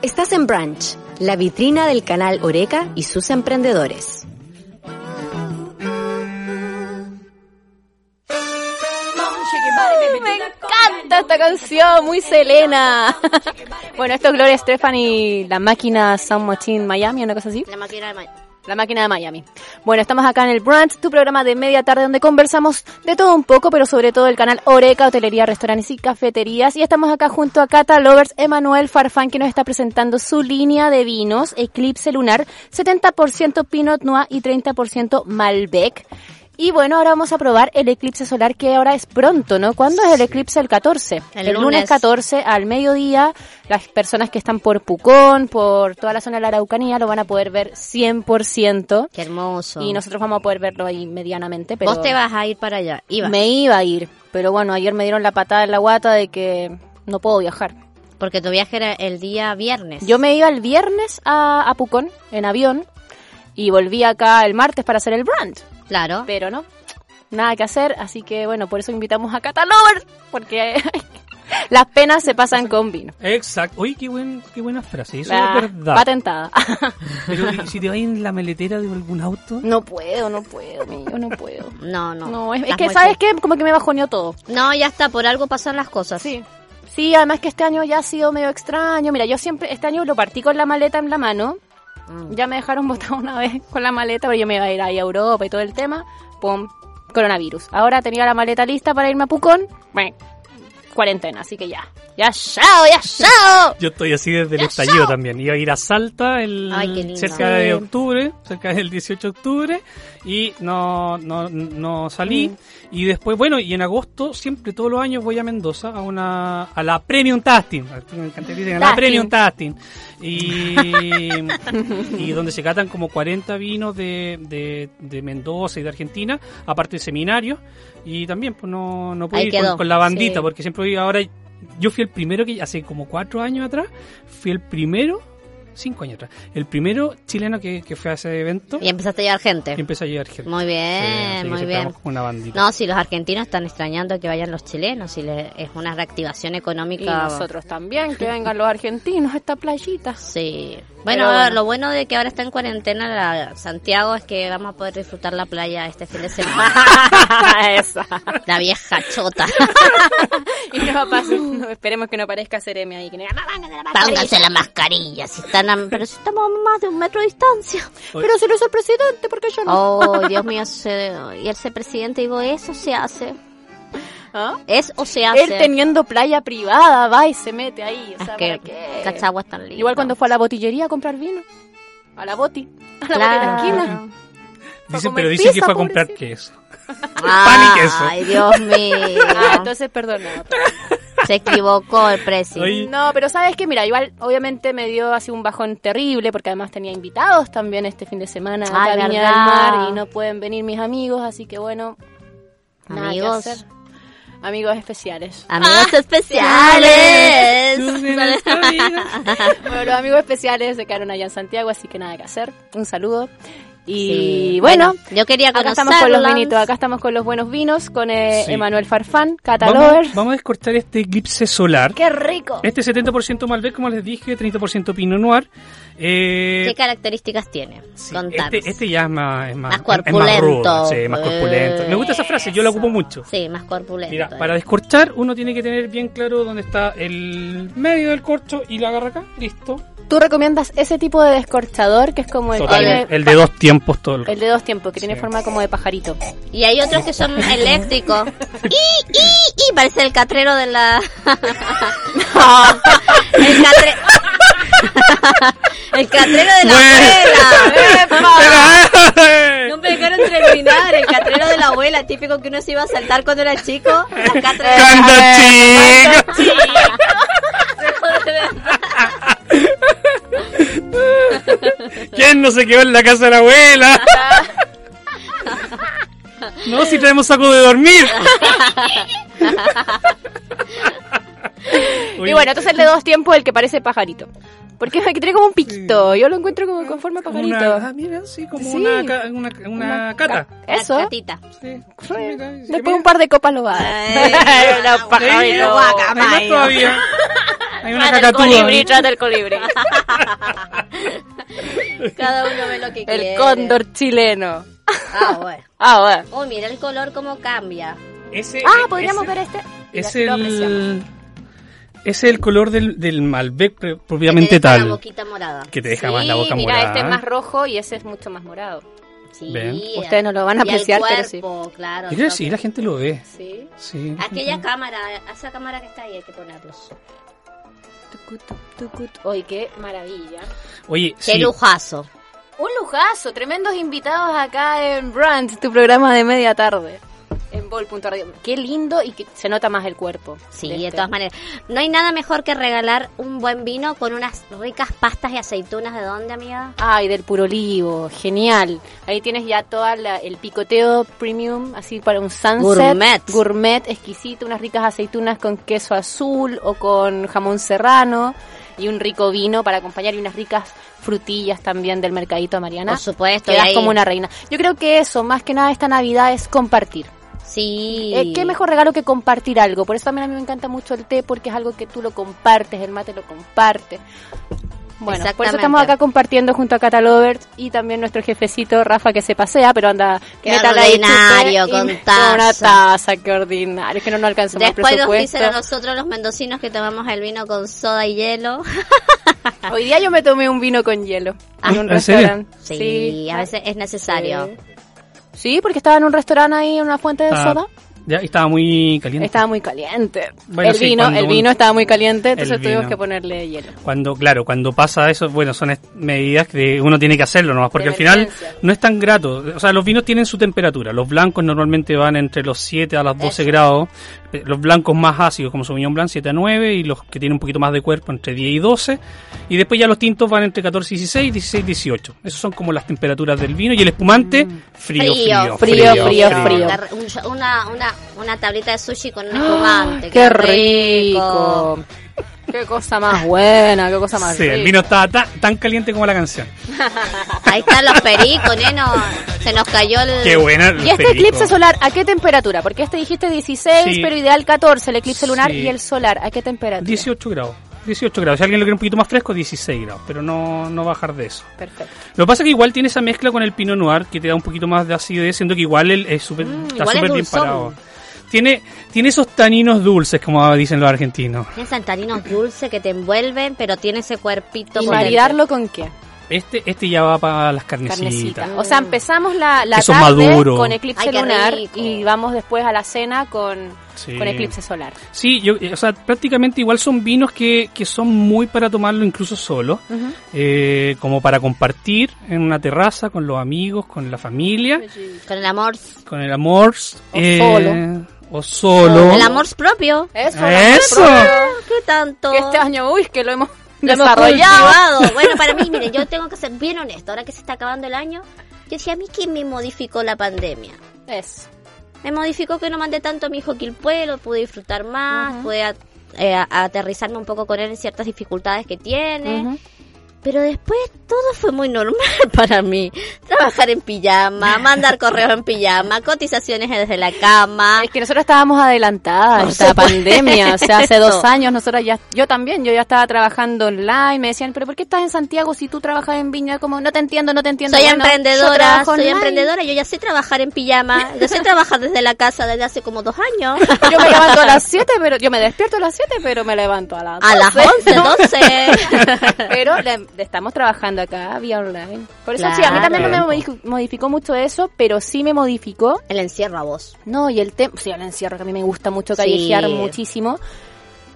Estás en Branch, la vitrina del canal Oreca y sus emprendedores. Me encanta esta canción, muy Selena. <laughs> bueno, esto es Gloria Stephanie, la máquina San Martín Miami, una cosa así. La máquina de ma- La máquina de Miami. Bueno, estamos acá en el Brunch, tu programa de media tarde donde conversamos de todo un poco, pero sobre todo el canal Oreca, hotelería, restaurantes y cafeterías. Y estamos acá junto a Cata Lovers, Emanuel Farfán, que nos está presentando su línea de vinos, Eclipse Lunar, 70% Pinot Noir y 30% Malbec. Y bueno, ahora vamos a probar el eclipse solar que ahora es pronto, ¿no? ¿Cuándo es el eclipse? El 14. El El, lunes. lunes. 14 al mediodía. Las personas que están por Pucón, por toda la zona de la Araucanía, lo van a poder ver 100%. Qué hermoso. Y nosotros vamos a poder verlo ahí medianamente. Pero Vos te vas a ir para allá. Iba. Me iba a ir. Pero bueno, ayer me dieron la patada en la guata de que no puedo viajar. Porque tu viaje era el día viernes. Yo me iba el viernes a, a Pucón en avión y volví acá el martes para hacer el brand. Claro. Pero no, nada que hacer. Así que bueno, por eso invitamos a Catalover. Porque <laughs> las penas se pasan con vino. Exacto. Uy, qué, buen, qué buena frase. Eso La es verdad. Patentada. Pero ¿y si te vas en la maletera de algún auto. No puedo, no puedo, amigo, <laughs> no puedo. No, no. No, es, es Estás que, muy ¿sabes cerca. qué? Como que me bajoneó todo. No, ya está. Por algo pasan las cosas. Sí. Sí, además que este año ya ha sido medio extraño. Mira, yo siempre, este año lo partí con la maleta en la mano. Mm. Ya me dejaron botar una vez con la maleta, pero yo me iba a ir ahí a Europa y todo el tema. Pum, coronavirus. Ahora tenía la maleta lista para irme a Pucón. Bueno, cuarentena, así que ya. Ya, chao, ya, chao. Yo estoy así desde el estallido también. Iba a ir a Salta el, Ay, qué lindo. cerca de Sí. octubre, cerca del 18 de octubre, y no, no, no salí. Y después, bueno, y en agosto, siempre todos los años voy a Mendoza a una a la Premium Tasting. Me encanta que dicen, a la Tasting. Premium Tasting. <laughs> Y, y donde se catan como 40 vinos de, de, de Mendoza y de Argentina, aparte de seminarios. Y también, pues no, no pude Ahí ir con- quedó, con, la bandita, sí. porque siempre voy ahora yo fui el primero que hace como cuatro años atrás, fui el primero, cinco años atrás, el primero chileno que, que fue a ese evento Y empezaste a llevar gente. y empezó a llegar gente. Muy bien, así que muy siempre bien. vamos con una bandita. No, si los argentinos están extrañando que vayan los chilenos, y le- es una reactivación económica. Y nosotros también, que vengan los argentinos a esta playita. Sí. Bueno, Pero bueno. lo bueno de que ahora está en cuarentena la Santiago es que vamos a poder disfrutar la playa este fin de semana. <laughs> Esa. la vieja <laughs> chota. <laughs> Y no va a pasar, no, esperemos que no parezca Ceremi ahí. Que no diga, "Mamá, mándale la Pónganse la mascarilla, si están a- pero si estamos a más de un metro de distancia. Pero se lo hizo el presidente, porque yo no? Oh, Dios mío, se- y el presidente digo, eso se hace. ¿Ah? Es o se hace. Él teniendo playa privada va y se mete ahí. O Es sea, que ¿para qué? Cachagua es tan lindo. Igual cuando fue a la botillería a comprar vino. A la boti. A la Claro. boti de la esquina. Dicen, comer pero dicen que pizza, fue a comprar pobrecito. queso. Pan y queso. Ah, Ay, Dios mío. Ah, <laughs> entonces perdón. no, perdón. Se equivocó el precio. Oye, No, pero sabes que, mira, igual obviamente me dio así un bajón terrible porque además tenía invitados también este fin de semana Ay, a la Viña del verdad. Mar y no pueden venir mis amigos, así que bueno, nada que Amigos. hacer. Amigos <laughs> especiales. Amigos especiales. Tú de nuestra vida. Bueno, los amigos especiales se quedaron allá en Santiago, así que nada que hacer. Un saludo. Y Sí, bueno, yo quería acá estamos con los conocerlos. vinitos, acá estamos con los buenos vinos, con eh, Sí. Emanuel Farfán, Catalover. Vamos, vamos a descortar este eclipse solar. ¡Qué rico! Este 70% Malbec, como les dije, 30% Pinot Noir. Eh, ¿Qué características tiene? Sí, Contanos. este, este ya es más, es más, Más es- es más rudo, corpulento. sí, más corpulento. Me gusta esa frase, yo la ocupo mucho. Sí, más corpulento. Mira, eh. para descorchar uno tiene que tener bien claro dónde está el medio del corcho y lo agarra acá, listo. ¿Tú recomiendas ese tipo de descorchador que es como el, Total, tiene- el de dos tiempos todo el el de dos tiempos, que tiene Sí. forma como de pajarito? Y hay otros que <laughs> son eléctricos. ¡Y, y, y! Parece el catrero de <laughs> la... el, catre... <laughs> el catrero de la Bueno. abuela. <laughs> ¡Epa! ¡Eh! <laughs> No me dejaron terminar, el catrero de la la abuela, típico que uno se iba a saltar cuando era chico. Acá atrás. Cuando chico. ¿Quién no se quedó en la casa de <laughs> la abuela? No, si traemos saco de dormir. <laughs> Y bueno, entonces le dos tiempos el que parece pajarito. Porque que tiene como un piquito. Yo lo encuentro como con forma Como pajarito. una- ah, mira, sí, como una ca- una- una cata. ca- <laughs> Eso. Una catita. Sí, Después un par de copas lo va a <laughs> dar. Una pajarito. Hay <laughs> más todavía. Hay una ¿eh? Trata el cacatúa. colibrí, trata el colibrí. Cada uno ve lo que quiere. El cóndor chileno. Ah, bueno. Ah, bueno. Oh, mira el color cómo cambia. Ese, Ah, podríamos ver este. Es Mira, lo apreciamos. el, es el color del, del Malbec pre- propiamente deja la tal. boquita morada. Que te deja Sí, más la boca mira, morada. este es más rojo y ese es mucho más morado. Sí. eh, Ven. Ustedes no lo van a y al apreciar, pero sí. cuerpo, Claro. Yo creo el que sí, la gente lo ve. toque. Sí. Sí. Aquella cámara, esa cámara que está ahí hay que ponerlos. Tucut, tucut. Oye, qué maravilla. Oye, Qué sí. lujazo. Un lujazo, tremendos invitados acá en Brands, tu programa de media tarde. En Vol.radio. Qué lindo y que se nota más el cuerpo. Sí, de de este. todas maneras. No hay nada mejor que regalar un buen vino con unas ricas pastas y aceitunas. ¿De dónde, amiga? Ay, del puro olivo, genial. Ahí tienes ya todo el picoteo premium, así para un sunset. Gourmet. Gourmet, exquisito, unas ricas aceitunas con queso azul o con jamón serrano y un rico vino para acompañar y unas ricas frutillas también del mercadito de Mariana. Por supuesto, Quedas y ahí- como una reina. Yo creo que eso, más que nada esta Navidad, es compartir. Sí. Eh, ¿Qué mejor regalo que compartir algo? Por eso también a mí me encanta mucho el té, porque es algo que tú lo compartes, el mate lo comparte. Bueno, por eso Exactamente. estamos acá compartiendo junto a Catalovers y también nuestro jefecito Rafa que se pasea, pero anda Qué métala ahí, ordinario, chupe, y- con una taza. taza, qué ordinario, es que no nos alcanza más Después nos presupuesto. dicen a nosotros los mendocinos que tomamos el vino con soda y hielo. <laughs> Hoy día yo me tomé un vino con hielo en un ¿en serio? restaurante. Ah, Sí, a veces es necesario. ah, Sí. Sí, porque estaba en un restaurante ahí en una fuente de Ah, soda. Ya estaba muy caliente. Estaba muy caliente. Bueno, el sí, vino, cuando el un- vino estaba muy caliente, entonces El tuvimos vino. que ponerle hielo. Cuando, claro, cuando pasa eso, bueno, son est- medidas que uno tiene que hacerlo nomás, porque De al final emergencia. no es tan grato. O sea, los vinos tienen su temperatura. Los blancos normalmente van entre los 7 a los 12 grados. Eh, Los blancos más ácidos, como Sauvignon Blanc, 7 a 9, y los que tienen un poquito más de cuerpo, entre 10 y 12. Y después ya los tintos van entre 14 y 16, 16 y 18. Esas son como las temperaturas del vino. Y el espumante, frío, frío, Mm. frío, frío, Una frío. tar- un- Una, una, una tablita de sushi con un espumante. Ah, ¡Qué rico! ¡Qué cosa más buena! ¡Qué cosa más Sí, el rica. vino estaba ta- tan caliente como la canción. Ahí están los pericos, neno. Se nos cayó el... Qué buena. el Y este perico. eclipse solar, ¿a qué temperatura? Porque este dijiste 16, Sí. pero ideal 14, el eclipse lunar Sí. y el solar, ¿a qué temperatura? 18 grados. 18 grados. Si alguien lo quiere un poquito más fresco, 16 grados. Pero no, no bajar de eso. Perfecto. Lo que pasa es que igual tiene esa mezcla con el Pinot Noir que te da un poquito más de acidez, siendo que igual el, es súper- está igual es súper bien dulzón. parado. Tiene, tiene esos taninos dulces, como dicen los argentinos. Tienen santarinos dulces que te envuelven, pero tiene ese cuerpito. ¿Y por dentro. maridarlo con qué? Este, este ya va para las carnecitas. Carnecita. O sea, empezamos la, la Queso tarde maduro. con eclipse Ay, qué lunar rico. y vamos después a la cena con, Sí. con eclipse solar. Sí, yo, eh, o sea, prácticamente igual son vinos que, que son muy para tomarlo incluso solo, eh, como para compartir en una terraza con los amigos, con la familia, Con el amor. con el amor. eh, O solo. O solo. El amor propio. Ah, Eso. Eso. ¿Qué tanto? Que este año, uy, que lo hemos Lo hemos desarrollado. cultivado. Bueno, para mí, miren, yo tengo que ser bien honesto. Ahora que se está acabando el año, yo decía, ¿a mí quién me modificó la pandemia? Eso. Me modificó que no mandé tanto a mi hijo a Quilpue, lo pude disfrutar más, pude a- eh, a- aterrizarme un poco con él en ciertas dificultades que tiene. Ujú. Pero después todo fue muy normal <laughs> para mí. Trabajar en pijama, mandar correos en pijama, cotizaciones desde la cama. Es que nosotros estábamos adelantadas a Por esta supuesto. pandemia, o sea, hace <laughs> dos años nosotros ya, yo también, yo ya estaba trabajando online, me decían, pero ¿por qué estás en Santiago si tú trabajas en Viña? Como, no te entiendo, no te entiendo. Soy Bueno, yo emprendedora, trabajo soy online. emprendedora, yo ya sé trabajar <laughs> en pijama, yo sé trabajar desde la casa desde hace como dos años. Yo <laughs> me levanto a las 7, pero yo me despierto a las 7, pero me levanto a las A las 11, <laughs> 12. Pero le- le estamos trabajando acá vía online. Por eso sí, a mí Claro. también no me modifi- modificó mucho eso, pero sí me modificó El encierro a vos. No, y el tema, sí, el encierro, que a mí me gusta mucho callejear Sí. muchísimo.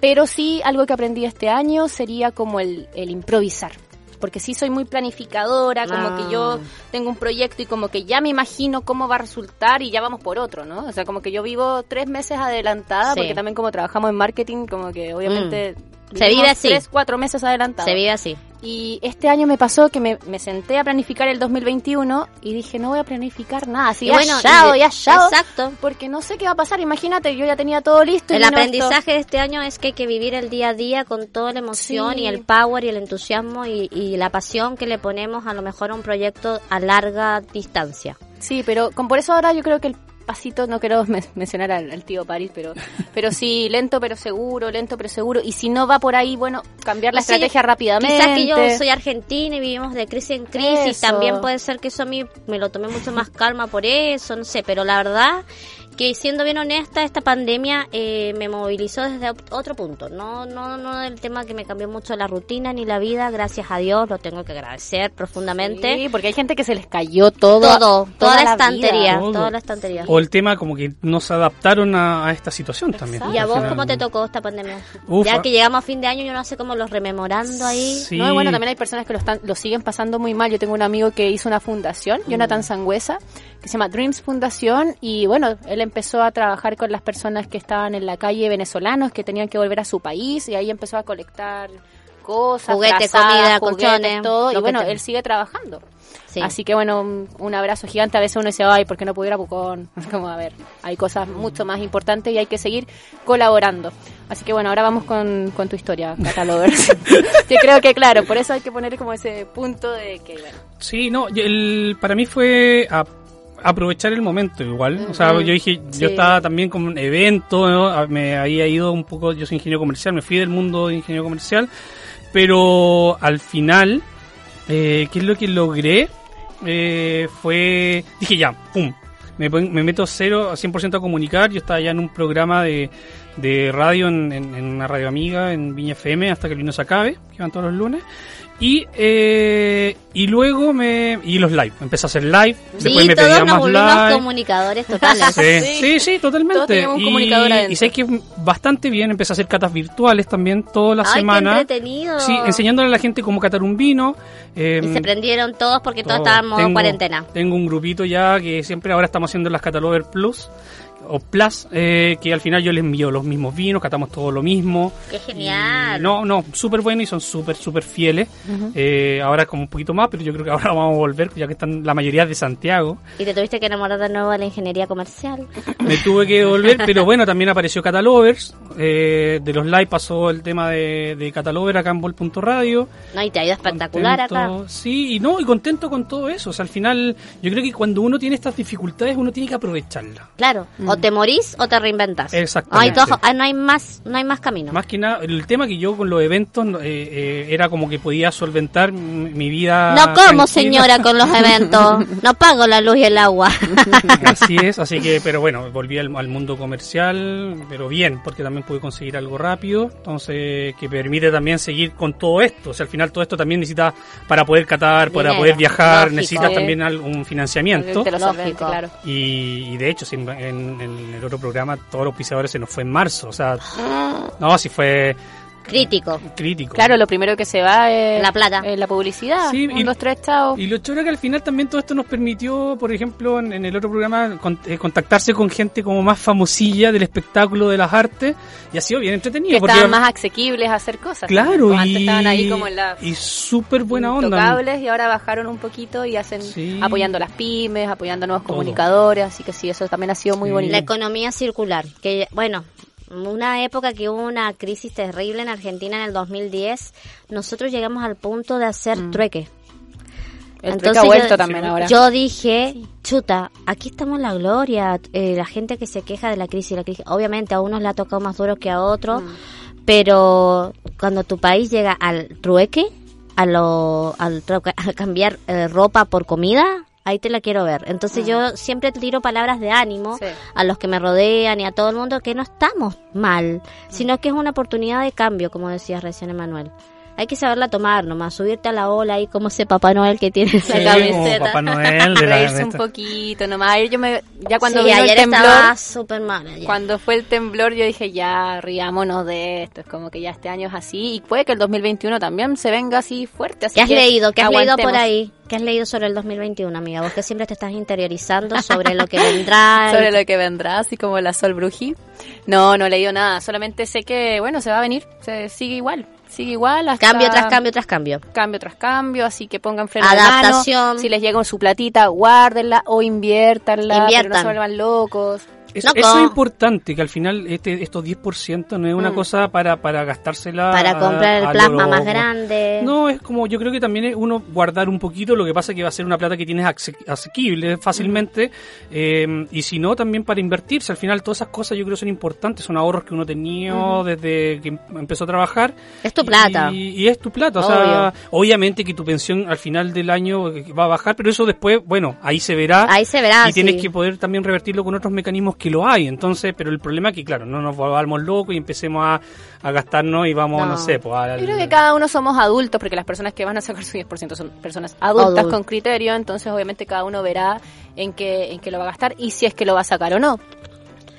Pero sí, algo que aprendí este año sería como el, el improvisar. porque sí soy muy planificadora, como Ah. que yo tengo un proyecto y como que ya me imagino cómo va a resultar y ya vamos por otro, ¿no? O sea, como que yo vivo tres meses adelantada, Sí. porque también como trabajamos en marketing, como que obviamente... Mm. Se vive vivimos así. Tres, cuatro meses adelantados. Se vive así. Y este año me pasó que me, me senté a planificar el 2021 y dije, no voy a planificar nada. Así, Y ya bueno, chao, y- ya chao. exacto. Porque no sé qué va a pasar. Imagínate, yo ya tenía todo listo. y El vino aprendizaje esto. de este año es que hay que vivir el día a día con toda la emoción Sí. y el power y el entusiasmo y, y la pasión que le ponemos a lo mejor a un proyecto a larga distancia. Sí, pero con, por eso ahora yo creo que el pasito, no quiero <laughs> men- mencionar al, al tío París, pero, pero sí, lento pero seguro, lento pero seguro. Y si no va por ahí, bueno, cambiar la No sé, estrategia rápidamente. Quizás que yo soy argentina y vivimos de crisis en crisis. Eso. También puede ser que eso a mí me lo tomé mucho más calma por eso, no sé. Pero la verdad que siendo bien honesta, esta pandemia eh, me movilizó desde op- otro punto. No, no, no el tema que me cambió mucho la rutina ni la vida. Gracias a Dios, lo tengo que agradecer profundamente. Sí, porque hay gente que se les cayó todo. Todo, toda la vida. estantería, Todo. toda la estantería. O el tema como que no se adaptaron a, a esta situación también. ¿Y a vos cómo te Finalmente. tocó esta pandemia? Ufa. Ya que llegamos a fin de año, yo no sé cómo los rememorando ahí. Sí. No, y bueno, también hay personas que lo, están, lo siguen pasando muy mal. Yo tengo un amigo que hizo una fundación, Jonathan Sangüesa, que se llama Dreams Fundación, y bueno, él empezó a trabajar con las personas que estaban en la calle venezolanos, que tenían que volver a su país, y ahí empezó a colectar cosas, Juguete, trazadas, comida, juguetes, colchones, todo, lo y que bueno, tenga. él sigue trabajando. Sí. Así que bueno, un, un abrazo gigante. A veces uno dice, ay, ¿por qué no pudiera Pucón? <laughs> Como a ver, hay cosas mucho más importantes y hay que seguir colaborando. Así que bueno, ahora vamos con, con tu historia, <laughs> Catalogers. <laughs> Yo creo que claro, por eso hay que poner como ese punto de que bueno. Sí, no, yo- el- para mí fue a- aprovechar el momento igual. O sea, Ujú, yo dije, sí. yo estaba también con un evento, ¿no? A- me había ido un poco, yo soy ingeniero comercial, me fui del mundo de ingeniero comercial, pero al final, eh, ¿qué es lo que logré? Eh, fue, dije ya, pum, me, pon- me meto cero, a 100% a comunicar, yo estaba ya en un programa de, de radio, en, en- en una radio amiga, en Viña FM, hasta que el lunes acabe, que van todos los lunes. Y, eh, y luego me. Y los live. Empecé a hacer live. después Sí, me todos pedía nos más volvimos live. comunicador <laughs> totales. Sí, sí, sí, Todos totalmente. teníamos un Y, comunicador adentro. y sabes que bastante bien. Empecé a hacer catas virtuales también toda la Ay, qué semana. entretenido. Sí, enseñándole a la gente cómo catar un vino. eh, Y se prendieron todos porque todos todo. estaban en modo Oh, Tengo- cuarentena. Tengo un grupito ya que siempre ahora estamos haciendo las Catalover Plus o Plus, eh, que al final yo les envío los mismos vinos, catamos todo lo mismo. ¡Qué genial! No, no, súper bueno y son súper, súper fieles. Ujú. Eh, ahora como un poquito más, pero yo creo que <laughs> ahora vamos a volver, ya que están la mayoría de Santiago. Y te tuviste que enamorar de nuevo de la ingeniería <laughs> comercial. Me tuve que volver, <laughs> pero bueno, también apareció Catalovers. eh, de los live pasó el tema de, de Catalover acá en Vol.radio. No, y te ha ido espectacular Contento, acá. Sí, y no, y contento con todo eso. O sea, al final, yo creo que cuando uno tiene estas dificultades, uno tiene que aprovecharlas. Claro, o te morís o te reinventás. Ay, Mm. Exactamente. todo- ay, no hay más, no hay más camino. Más que nada, el tema que yo con los eventos no, eh, eh, era como que podía solventar mi mi vida. no como tranquila. señora con los eventos, no pago la luz y el agua. <laughs> Así es, así que, pero bueno, volví al, al mundo comercial, pero bien, porque también pude conseguir algo rápido, entonces que permite también seguir con todo esto. O sea, al final todo esto también necesitas para poder catar, para Dinero, poder viajar, lógico. necesitas Sí. también al- un financiamiento. Te lo Lógico. solvente, claro. Y, y de hecho, sí, en, en- en el otro programa, todos los pisadores se nos fue en marzo, o sea, no, sí fue Crítico. crítico. Claro, lo primero que se va es La plata. es la publicidad. Sí, Un, y- dos, tres, chao. Y lo choro que al final también todo esto nos permitió, por ejemplo, en, en el otro programa, con- eh, contactarse con gente como más famosilla del espectáculo de las artes y ha sido bien entretenido. que porque estaban más asequibles a hacer cosas. Claro, Como antes y, estaban ahí como en la y súper buena onda. intocables y ahora bajaron un poquito y hacen Sí. apoyando a las pymes, apoyando a nuevos Todo. comunicadores, así que sí, eso también ha sido muy Sí. bonito. La economía circular, que bueno, una época que hubo una crisis terrible en Argentina en el 2010, nosotros llegamos al punto de hacer trueque. Mm. El trueque ha vuelto también ahora. yo dije, chuta, aquí estamos en la gloria, eh, la gente que se queja de la crisis, la crisis, obviamente a unos le ha tocado más duro que a otros, Mm. pero cuando tu país llega al trueque, a lo, al troca- a cambiar eh, ropa por comida, ahí te la quiero ver. Entonces yo siempre tiro palabras de ánimo Ah. Sí. a los que me rodean y a todo el Mm. mundo que no estamos mal, sino que es una oportunidad de cambio, como decía recién Emanuel. hay que saberla tomar nomás, subirte a la ola y como ese Papá Noel que tiene esa Sí, camiseta. como Papá Noel de la- <laughs> Reírse un poquito nomás. Ayer Yo me, ya cuando Sí, vino ayer el temblor, estaba súper mal. ayer. cuando fue el temblor, yo dije, ya, riámonos de esto. Es como que ya este año es así. Y puede que el 2021 también se venga así fuerte. Así ¿Qué has que leído? ¿Qué has leído aguantemos. por ahí? ¿Qué has leído sobre el 2021, amiga? Vos que siempre te estás interiorizando sobre lo que vendrá. <laughs> y- Sobre lo que vendrá, así como la Sol Brují. No, no he leído nada. Solamente sé que, bueno, se va a venir. Se sigue igual. Sigue igual. hasta- Cambio tras cambio tras cambio. cambio tras cambio, así que pongan freno de Adaptación. mano. Si les llega su platita, guárdenla o inviértanla, pero no Inviertan. se vuelvan locos. Es- eso es importante, que al final este, estos 10% no es una Mm. cosa para, para gastársela. Para a- comprar el a plasma lo- más grande. No, es como yo creo que también es uno guardar un poquito, lo que pasa que va a ser una plata que tienes acce- asequible fácilmente eh, y si no también para invertirse, al final todas esas cosas yo creo son importantes, son ahorros que uno tenía Ujú. desde que em- empezó a trabajar. Es tu plata. Y, y es tu plata, o sea, obviamente que tu pensión al final del año eh, va a bajar, pero eso después, bueno, ahí se verá. Ahí se verá, Y tienes sí. que poder también revertirlo con otros mecanismos que lo hay, entonces, pero el problema es que, claro, no nos volvamos locos y empecemos a, a gastarnos y vamos, no, No. sé, pues al- Yo creo que cada uno somos adultos, porque las personas que van a sacar su 10% son personas adultas Adulto. con criterio, entonces obviamente cada uno verá en qué, en qué lo va a gastar y si es que lo va a sacar o no.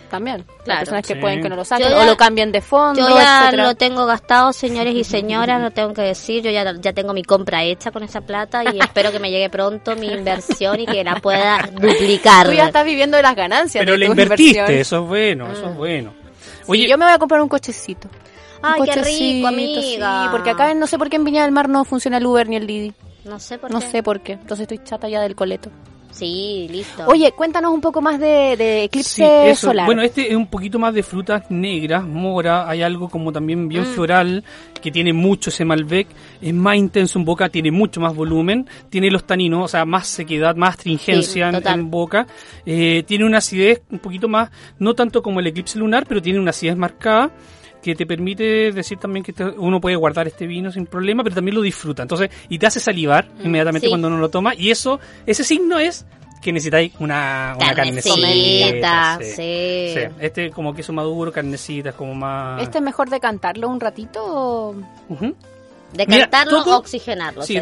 También. Las Claro. personas que Sí. pueden que no lo saquen Yo o ya- lo cambien de fondo, Yo ya etcétera. lo tengo gastado, señores y señoras, lo tengo que decir. Yo ya, ya tengo mi compra hecha con esa plata <laughs> y espero que me llegue pronto mi inversión y que la pueda duplicar. Tú ya estás viviendo de las ganancias. Pero de le tu invertiste, inversión. eso es bueno, eso es bueno. Oye, yo me voy a comprar un cochecito. Ay, Un qué rico, cochecito, amiga. Sí, porque acá en- no sé por qué en Viña del Mar no funciona el Uber ni el Didi. No sé por No qué. sé por qué. Entonces estoy chata ya del coleto. Sí, listo. Oye, cuéntanos un poco más de, de Sí, eclipse eso. solar. Bueno, este es un poquito más de frutas negras, mora, hay algo como también bien Mm. floral, que tiene mucho ese Malbec, es más intenso en boca, tiene mucho más volumen, tiene los taninos, o sea, más sequedad, más astringencia en- en, total. boca, eh, tiene una acidez un poquito más, no tanto como el eclipse lunar, pero tiene una acidez marcada que te permite decir también que este- uno puede guardar este vino sin problema, pero también lo disfruta. Entonces, y te hace salivar Mm, inmediatamente sí. cuando uno lo toma, y eso, ese signo es que necesitáis una, una Carnecita, carnecita, sí. sí. Sí, este como queso maduro, carnecitas, como más... ¿Este es mejor de cantarlo un ratito o...? Ujú. Mira, Decantarlo, todo- oxigenarlo. Sí, se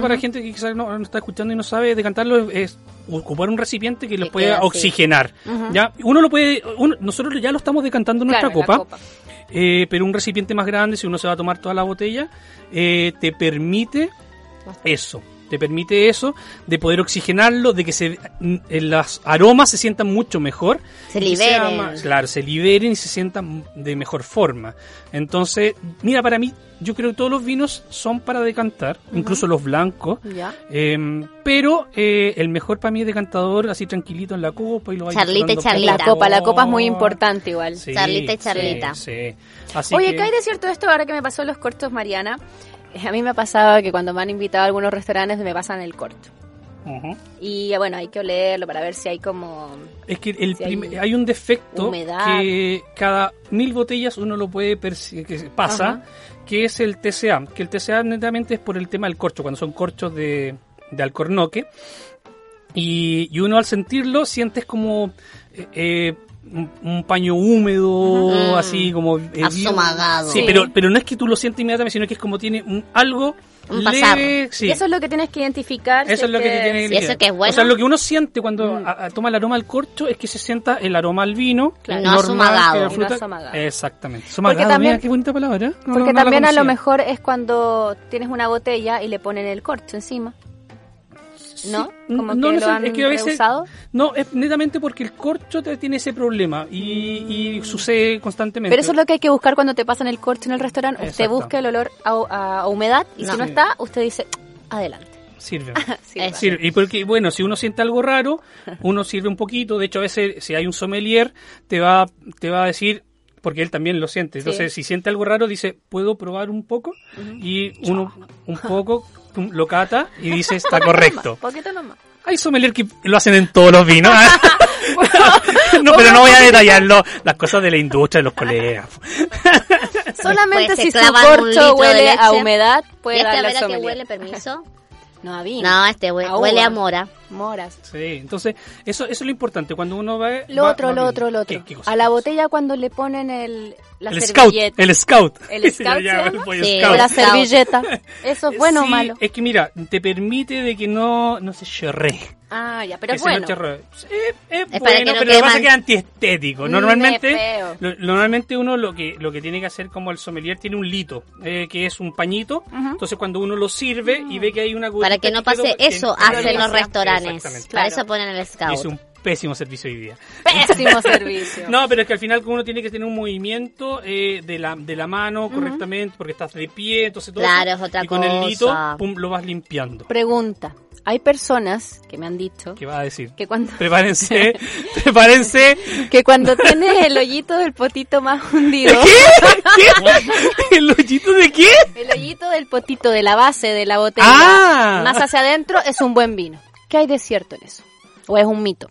dice. para gente que quizás no, no está escuchando y no sabe, decantarlo es, es ocupar un recipiente que lo Que pueda queda así. oxigenar. Ujú. ¿ya? Uno lo puede, uno- nosotros ya lo estamos decantando en nuestra Claro, en copa, la eh, pero un recipiente más grande, si uno se va a tomar toda la botella, eh, te permite eso. Te permite eso, de poder oxigenarlo, de que se, n- eh, los aromas se sientan mucho mejor. Se y que sea liberen. más- claro, se liberen y se sientan de mejor forma. Entonces, mira, para mí, yo creo que todos los vinos son para decantar, incluso los blancos. Ya. Eh, pero eh, el mejor para mí es decantador, así tranquilito en la copa y lo vais Charlita y disfrutando charlita. por La copa, la copa es muy favor. importante igual. Oh. Sí, Charlita y charlita. sí, sí. Así Oye, que- ¿qué hay de cierto de esto ahora que me pasó los cortos, Mariana? Eh, A mí me ha pasado que cuando me han invitado a algunos restaurantes me pasan el corto. Ujú. Y eh, bueno, hay que olerlo para ver si hay como... Es que el Si hay prim- hay, un defecto humedad. que cada mil botellas uno lo puede perci- que pasa, Ajá. que es el TCA. Que el TCA netamente es por el tema del corcho, cuando son corchos de, de alcornoque. Y, y uno al sentirlo sientes como eh, eh, un, un paño húmedo, Ajá. así como... eh, bien- Azumagado. Sí, Sí. Pero, pero no es que tú lo sientes inmediatamente, sino que es como tiene un, algo Un pasar. leve. sí. Y eso es lo que tienes que identificar. si Eso es lo que, te tiene si que eso que es bueno. O sea, lo que uno siente cuando Mm. a- a- toma el aroma al corcho es que se sienta el aroma al vino. Claro. No asomagado. que la Y no fruta- asomagado. Exactamente. Asomagado, mira, también- qué bonita palabra. ¿eh? No, no, Porque no la también a lo conocía. mejor es cuando tienes una botella y le ponen el corcho encima. ¿No? Sí, Como no, que no lo sé, han es que a veces- rehusado. No, es netamente porque el corcho te- tiene ese problema y, y sucede constantemente. Pero eso es lo que hay que buscar cuando te pasan el corcho en el restaurante. Usted Exacto. busca el olor a, a humedad y si No. no está, usted dice, adelante. <laughs> Sirve. Eh, Sirva. Sirve. Y porque, bueno, si uno siente algo raro, uno sirve un poquito. De hecho, a veces, si hay un sommelier, te va, te va a decir, porque él también lo siente. Entonces, si siente algo raro, dice, ¿puedo probar un poco? Y uno, un <laughs> poco, pum, lo cata y dice, está correcto. Poquito <laughs> nomás. Hay sommelier que lo hacen en todos los vinos. ¿eh? <laughs> <laughs> no, pero no voy a detallarlo. Las cosas de la industria, de <laughs> los colegas. Solamente Después se si su clavan un litro corcho de huele a leche. humedad, ¿Y puede este a darle ver a qué sommelier. <laughs> huele, permiso? No, a vino. No, este hue- A huele uva. a mora. Moras. Sí, entonces, eso, eso es lo importante. Cuando uno va. Lo va- otro, va lo bien. otro, lo otro. ¿Qué- qué cosa? A la botella cuando le ponen el, La el scout, servilleta. el scout. <laughs> El scout. Eh, Se llama el Boy Sí, Scout. la <laughs> servilleta. Eso es bueno o Sí, malo. Es que mira, te permite de que no, no se chorre. Ah, ya, pero es Ese no bueno. chorree. es Es bueno, pero lo que pasa es que es antiestético. Mm, Normalmente, es feo. lo- normalmente uno lo que, lo que tiene que hacer como el sommelier tiene un lito, eh, que es un pañito. Entonces cuando uno lo sirve y ve que hay una Para que no pase eso, hacen los restaurantes. Exactamente. Para eso ponen el scout. Es un pésimo servicio hoy día. <laughs> Pésimo servicio. No, pero es que al final uno tiene que tener un movimiento eh, de, la, de la mano correctamente, porque estás de pie, entonces todo Claro, eso, es otra y con el hito, cosa. pum, lo vas limpiando. Pregunta. Hay personas que me han dicho ¿Qué vas a decir? que cuando Prepárense, <laughs> prepárense. que cuando tienes el hoyito del potito más hundido, <laughs> ¿El hoyito de qué? el hoyito del potito de la base de la botella Ah. más hacia adentro es un buen vino. ¿Qué hay de cierto en eso? ¿O es un mito?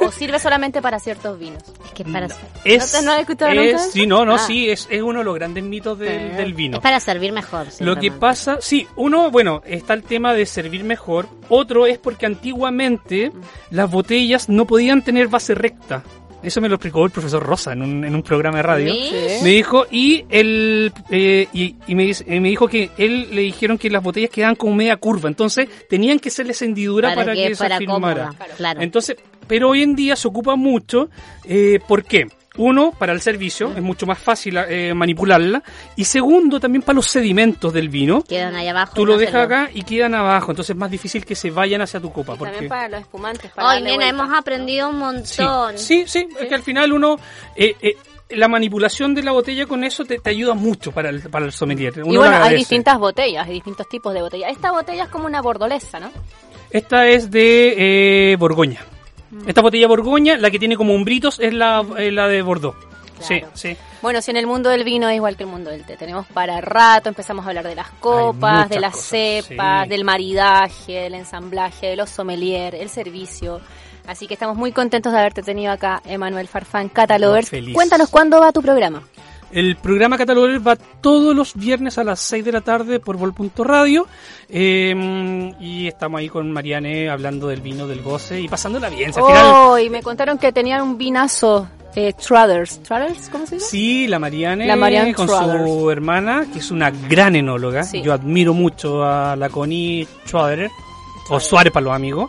¿O sirve solamente para ciertos vinos? Es que para- Es, ¿No te- no has escuchado es- nunca? Sí, no, no, Ah. sí, es, es uno de los grandes mitos del, del vino. Es para servir mejor. Lo que pasa, sí, uno, bueno, está el tema de servir mejor. Otro es porque antiguamente Mm. las botellas no podían tener base recta. Eso me lo explicó el profesor Rosa en un, en un programa de radio. Sí. Me dijo, y él, eh, y, y me, dice- eh, me dijo que él le dijeron que las botellas quedaban con media curva. Entonces tenían que hacerles hendidura para, Para que que, se fuera afirmara. cómoda, claro. Entonces, pero hoy en día se ocupa mucho. Eh, ¿Por qué? Uno, para el servicio, es mucho más fácil eh, manipularla. Y segundo, también para los sedimentos del vino. Quedan ahí abajo. Tú lo no se dejas acá y quedan abajo, entonces es más difícil que se vayan hacia tu copa. Porque... También para los espumantes. Para Ay, darle nena, vuelta. hemos aprendido un Sí, montón. sí, sí, es que al final uno... eh, eh, la manipulación de la botella con eso te, te ayuda mucho para el, para el sommelier. Uno y lo bueno, hay agradece. distintas botellas, hay distintos tipos de botellas. Esta botella es como una bordolesa, ¿no? Esta es de eh, Borgoña. Mm. Esta botella Borgoña, la que tiene como umbritos, es la, eh, la de Bordeaux. Sí, sí. Bueno, si en el mundo del vino es igual que el mundo del té, tenemos para rato, empezamos a hablar de las copas, muchas de las cosas, cepas, sí. del maridaje, del ensamblaje, de los sommelier, el servicio. Así que estamos muy contentos de haberte tenido acá, Emanuel Farfán, Catalogers. Feliz. Cuéntanos cuándo va tu programa. El programa Cataloguer va todos los viernes a las 6 de la tarde por Vol.radio. Eh, y estamos ahí con Mariane hablando del vino, del goce y pasándola bien. Si al final, Oh, y me contaron que tenían un vinazo, eh, Struthers. ¿Struthers? ¿Cómo se dice? sí, la Mariane, La Mariane con su Struthers. hermana, que es una gran enóloga. Sí. Yo admiro mucho a la Connie Schwaderer. O Suárez para <laughs> los amigos.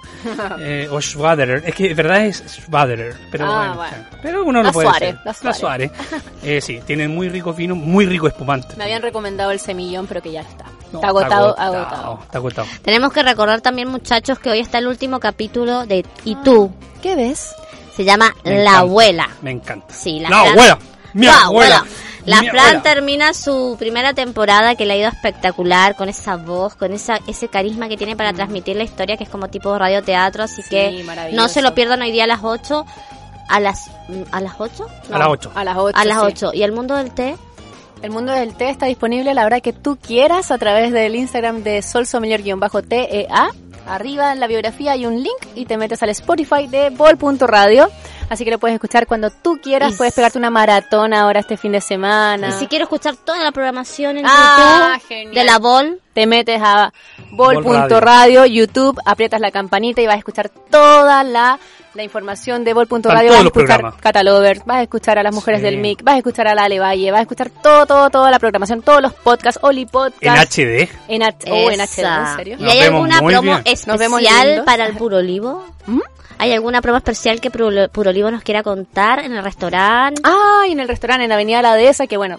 Eh, o Schwaderer. Es que, de verdad, es Schwaderer. Pero Ah, bueno, bueno. Pero uno La lo puede Suárez, hacer. la <laughs> La Suárez. Suárez. Eh, sí, tiene muy ricos vinos, muy rico espumante. Me habían recomendado el semillón, pero que ya está. No, está agotado, está agotado. agotado. Está agotado. Tenemos que recordar también, muchachos, que hoy está el último capítulo de ¿Y tú? ¿Qué ves? Se llama Me La encanta, abuela. Me encanta. Sí, la, La Fran- abuela, mi La abuela, La mi Fran abuela. termina su primera temporada que le ha ido espectacular con esa voz, con esa ese carisma que tiene Mm. para transmitir la historia que es como tipo radioteatro, así que maravilloso. no se lo pierdan hoy día a las 8 a las a las 8? A las 8. A las 8. A las sí. 8 y el mundo del té El mundo del té está disponible a la hora que tú quieras a través del Instagram de solsommelier-tea. Arriba en la biografía hay un link y te metes al Spotify de bol.radio. Así que lo puedes escuchar cuando tú quieras. Y Puedes pegarte una maratón ahora este fin de semana. Y si quiero escuchar toda la programación en Ah, YouTube genial. de la Bol, te metes a Bol bol.radio, YouTube, aprietas la campanita y vas a escuchar toda la, la información de bol.radio. Están Vas a todos los escuchar programas. Catalovers, vas a escuchar a las mujeres Sí. del MIC, vas a escuchar a la Ale Valle, vas a escuchar todo, todo, toda la programación, todos los podcasts, Oli Podcast. En HD. En, H- oh, en Esa. HD, ¿en serio? ¿Y Nos hay vemos alguna muy promo bien. especial Nos vemos lindos. ¿Mm? para el Puro Olivo? ¿Hay alguna promo especial que Puro Puro Olivo nos quiera contar en el restaurante? Ah, y en el restaurante en Avenida La Dehesa, que bueno,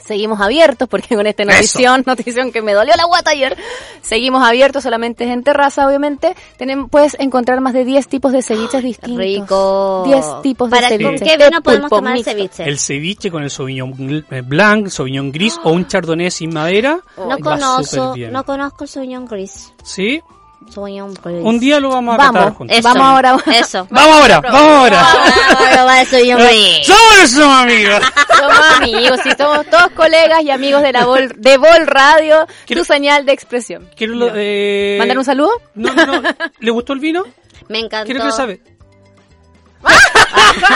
seguimos abiertos porque con esta notición, <laughs> notición que me dolió la guata ayer, seguimos abiertos, solamente es en terraza, obviamente. Tenem- puedes encontrar más de 10 tipos de ceviches distintos. Rico. 10 tipos de ¿Para ceviches. ¿Con qué De vino podemos pulpo tomar mixto. ceviche? El ceviche con el Sauvignon gl- eh, Blanc, Sauvignon Gris o un Chardonnay sin madera. Ah. No va súper conozco, bien. no conozco el Sauvignon Gris. Sí. Sauvignon Gris. Un día lo vamos a catar Vamos, juntos. Eso. vamos ahora. Eso. Vamos ahora, vamos ahora. <laughs> Eh, Vamos a probar el Sauvignon Gris. ¡Somos <laughs> somos amigos! Somos amigos y somos todos colegas y amigos de la Vol, de Vol Radio, tu señal de expresión. Quiero lo- eh... ¿Mandar un saludo? No, no, no. ¿Le gustó el vino? Me encantó. Quiero que sabe. <laughs>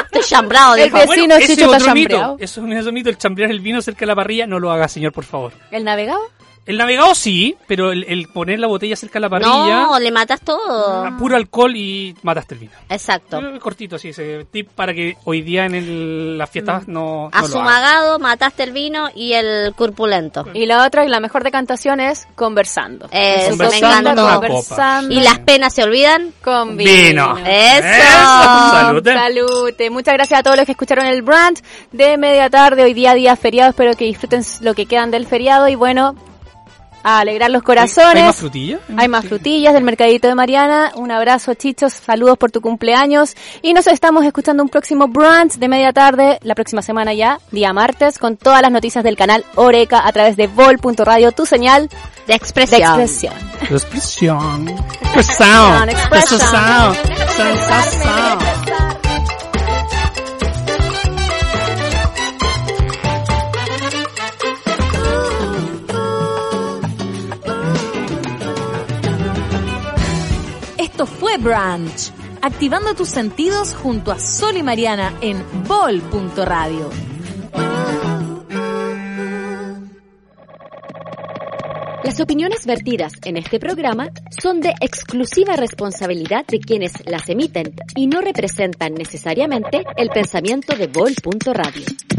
Estoy chambrado, El dijo. vecino Ah, Bueno, ese Chicho es está otro mito. chambreado. Eso es un eso es un mito. El chambrear el vino cerca de la parrilla no lo haga, señor, por favor. ¿El navegado? El navegado sí, pero el, el poner la botella cerca de la parrilla, No, le matas todo. a puro alcohol y mataste el vino. Exacto. Eh, Cortito, así, ese tip para que hoy día en el- las fiestas Mm. no, no lo hagan. Asumagado, mataste el vino y el corpulento. Y la otra y la mejor de cantación es conversando. Eso, me Conversando, encantó. conversando. Y las penas se olvidan. Con Vino. Eso. <laughs> Eso, salute. Ah, Salute. Muchas gracias a todos los que escucharon el brand de media tarde, hoy día día feriado. Espero que disfruten lo que quedan del feriado y bueno, a alegrar los ¿Hay más corazones. frutilla? Hay más frutillas del mercadito de Mariana. Un abrazo, chichos. Saludos por tu cumpleaños. Y nos estamos escuchando un próximo brunch de media tarde, la próxima semana ya, día martes, con todas las noticias del canal Oreca a través de vol.radio, tu señal de expresión. De expresión. Expresión. Expresión. Expresión. Expresión. Esto fue Branch, activando tus sentidos junto a Sol y Mariana en bol.radio. Las opiniones vertidas en este programa son de exclusiva responsabilidad de quienes las emiten y no representan necesariamente el pensamiento de Vol.radio.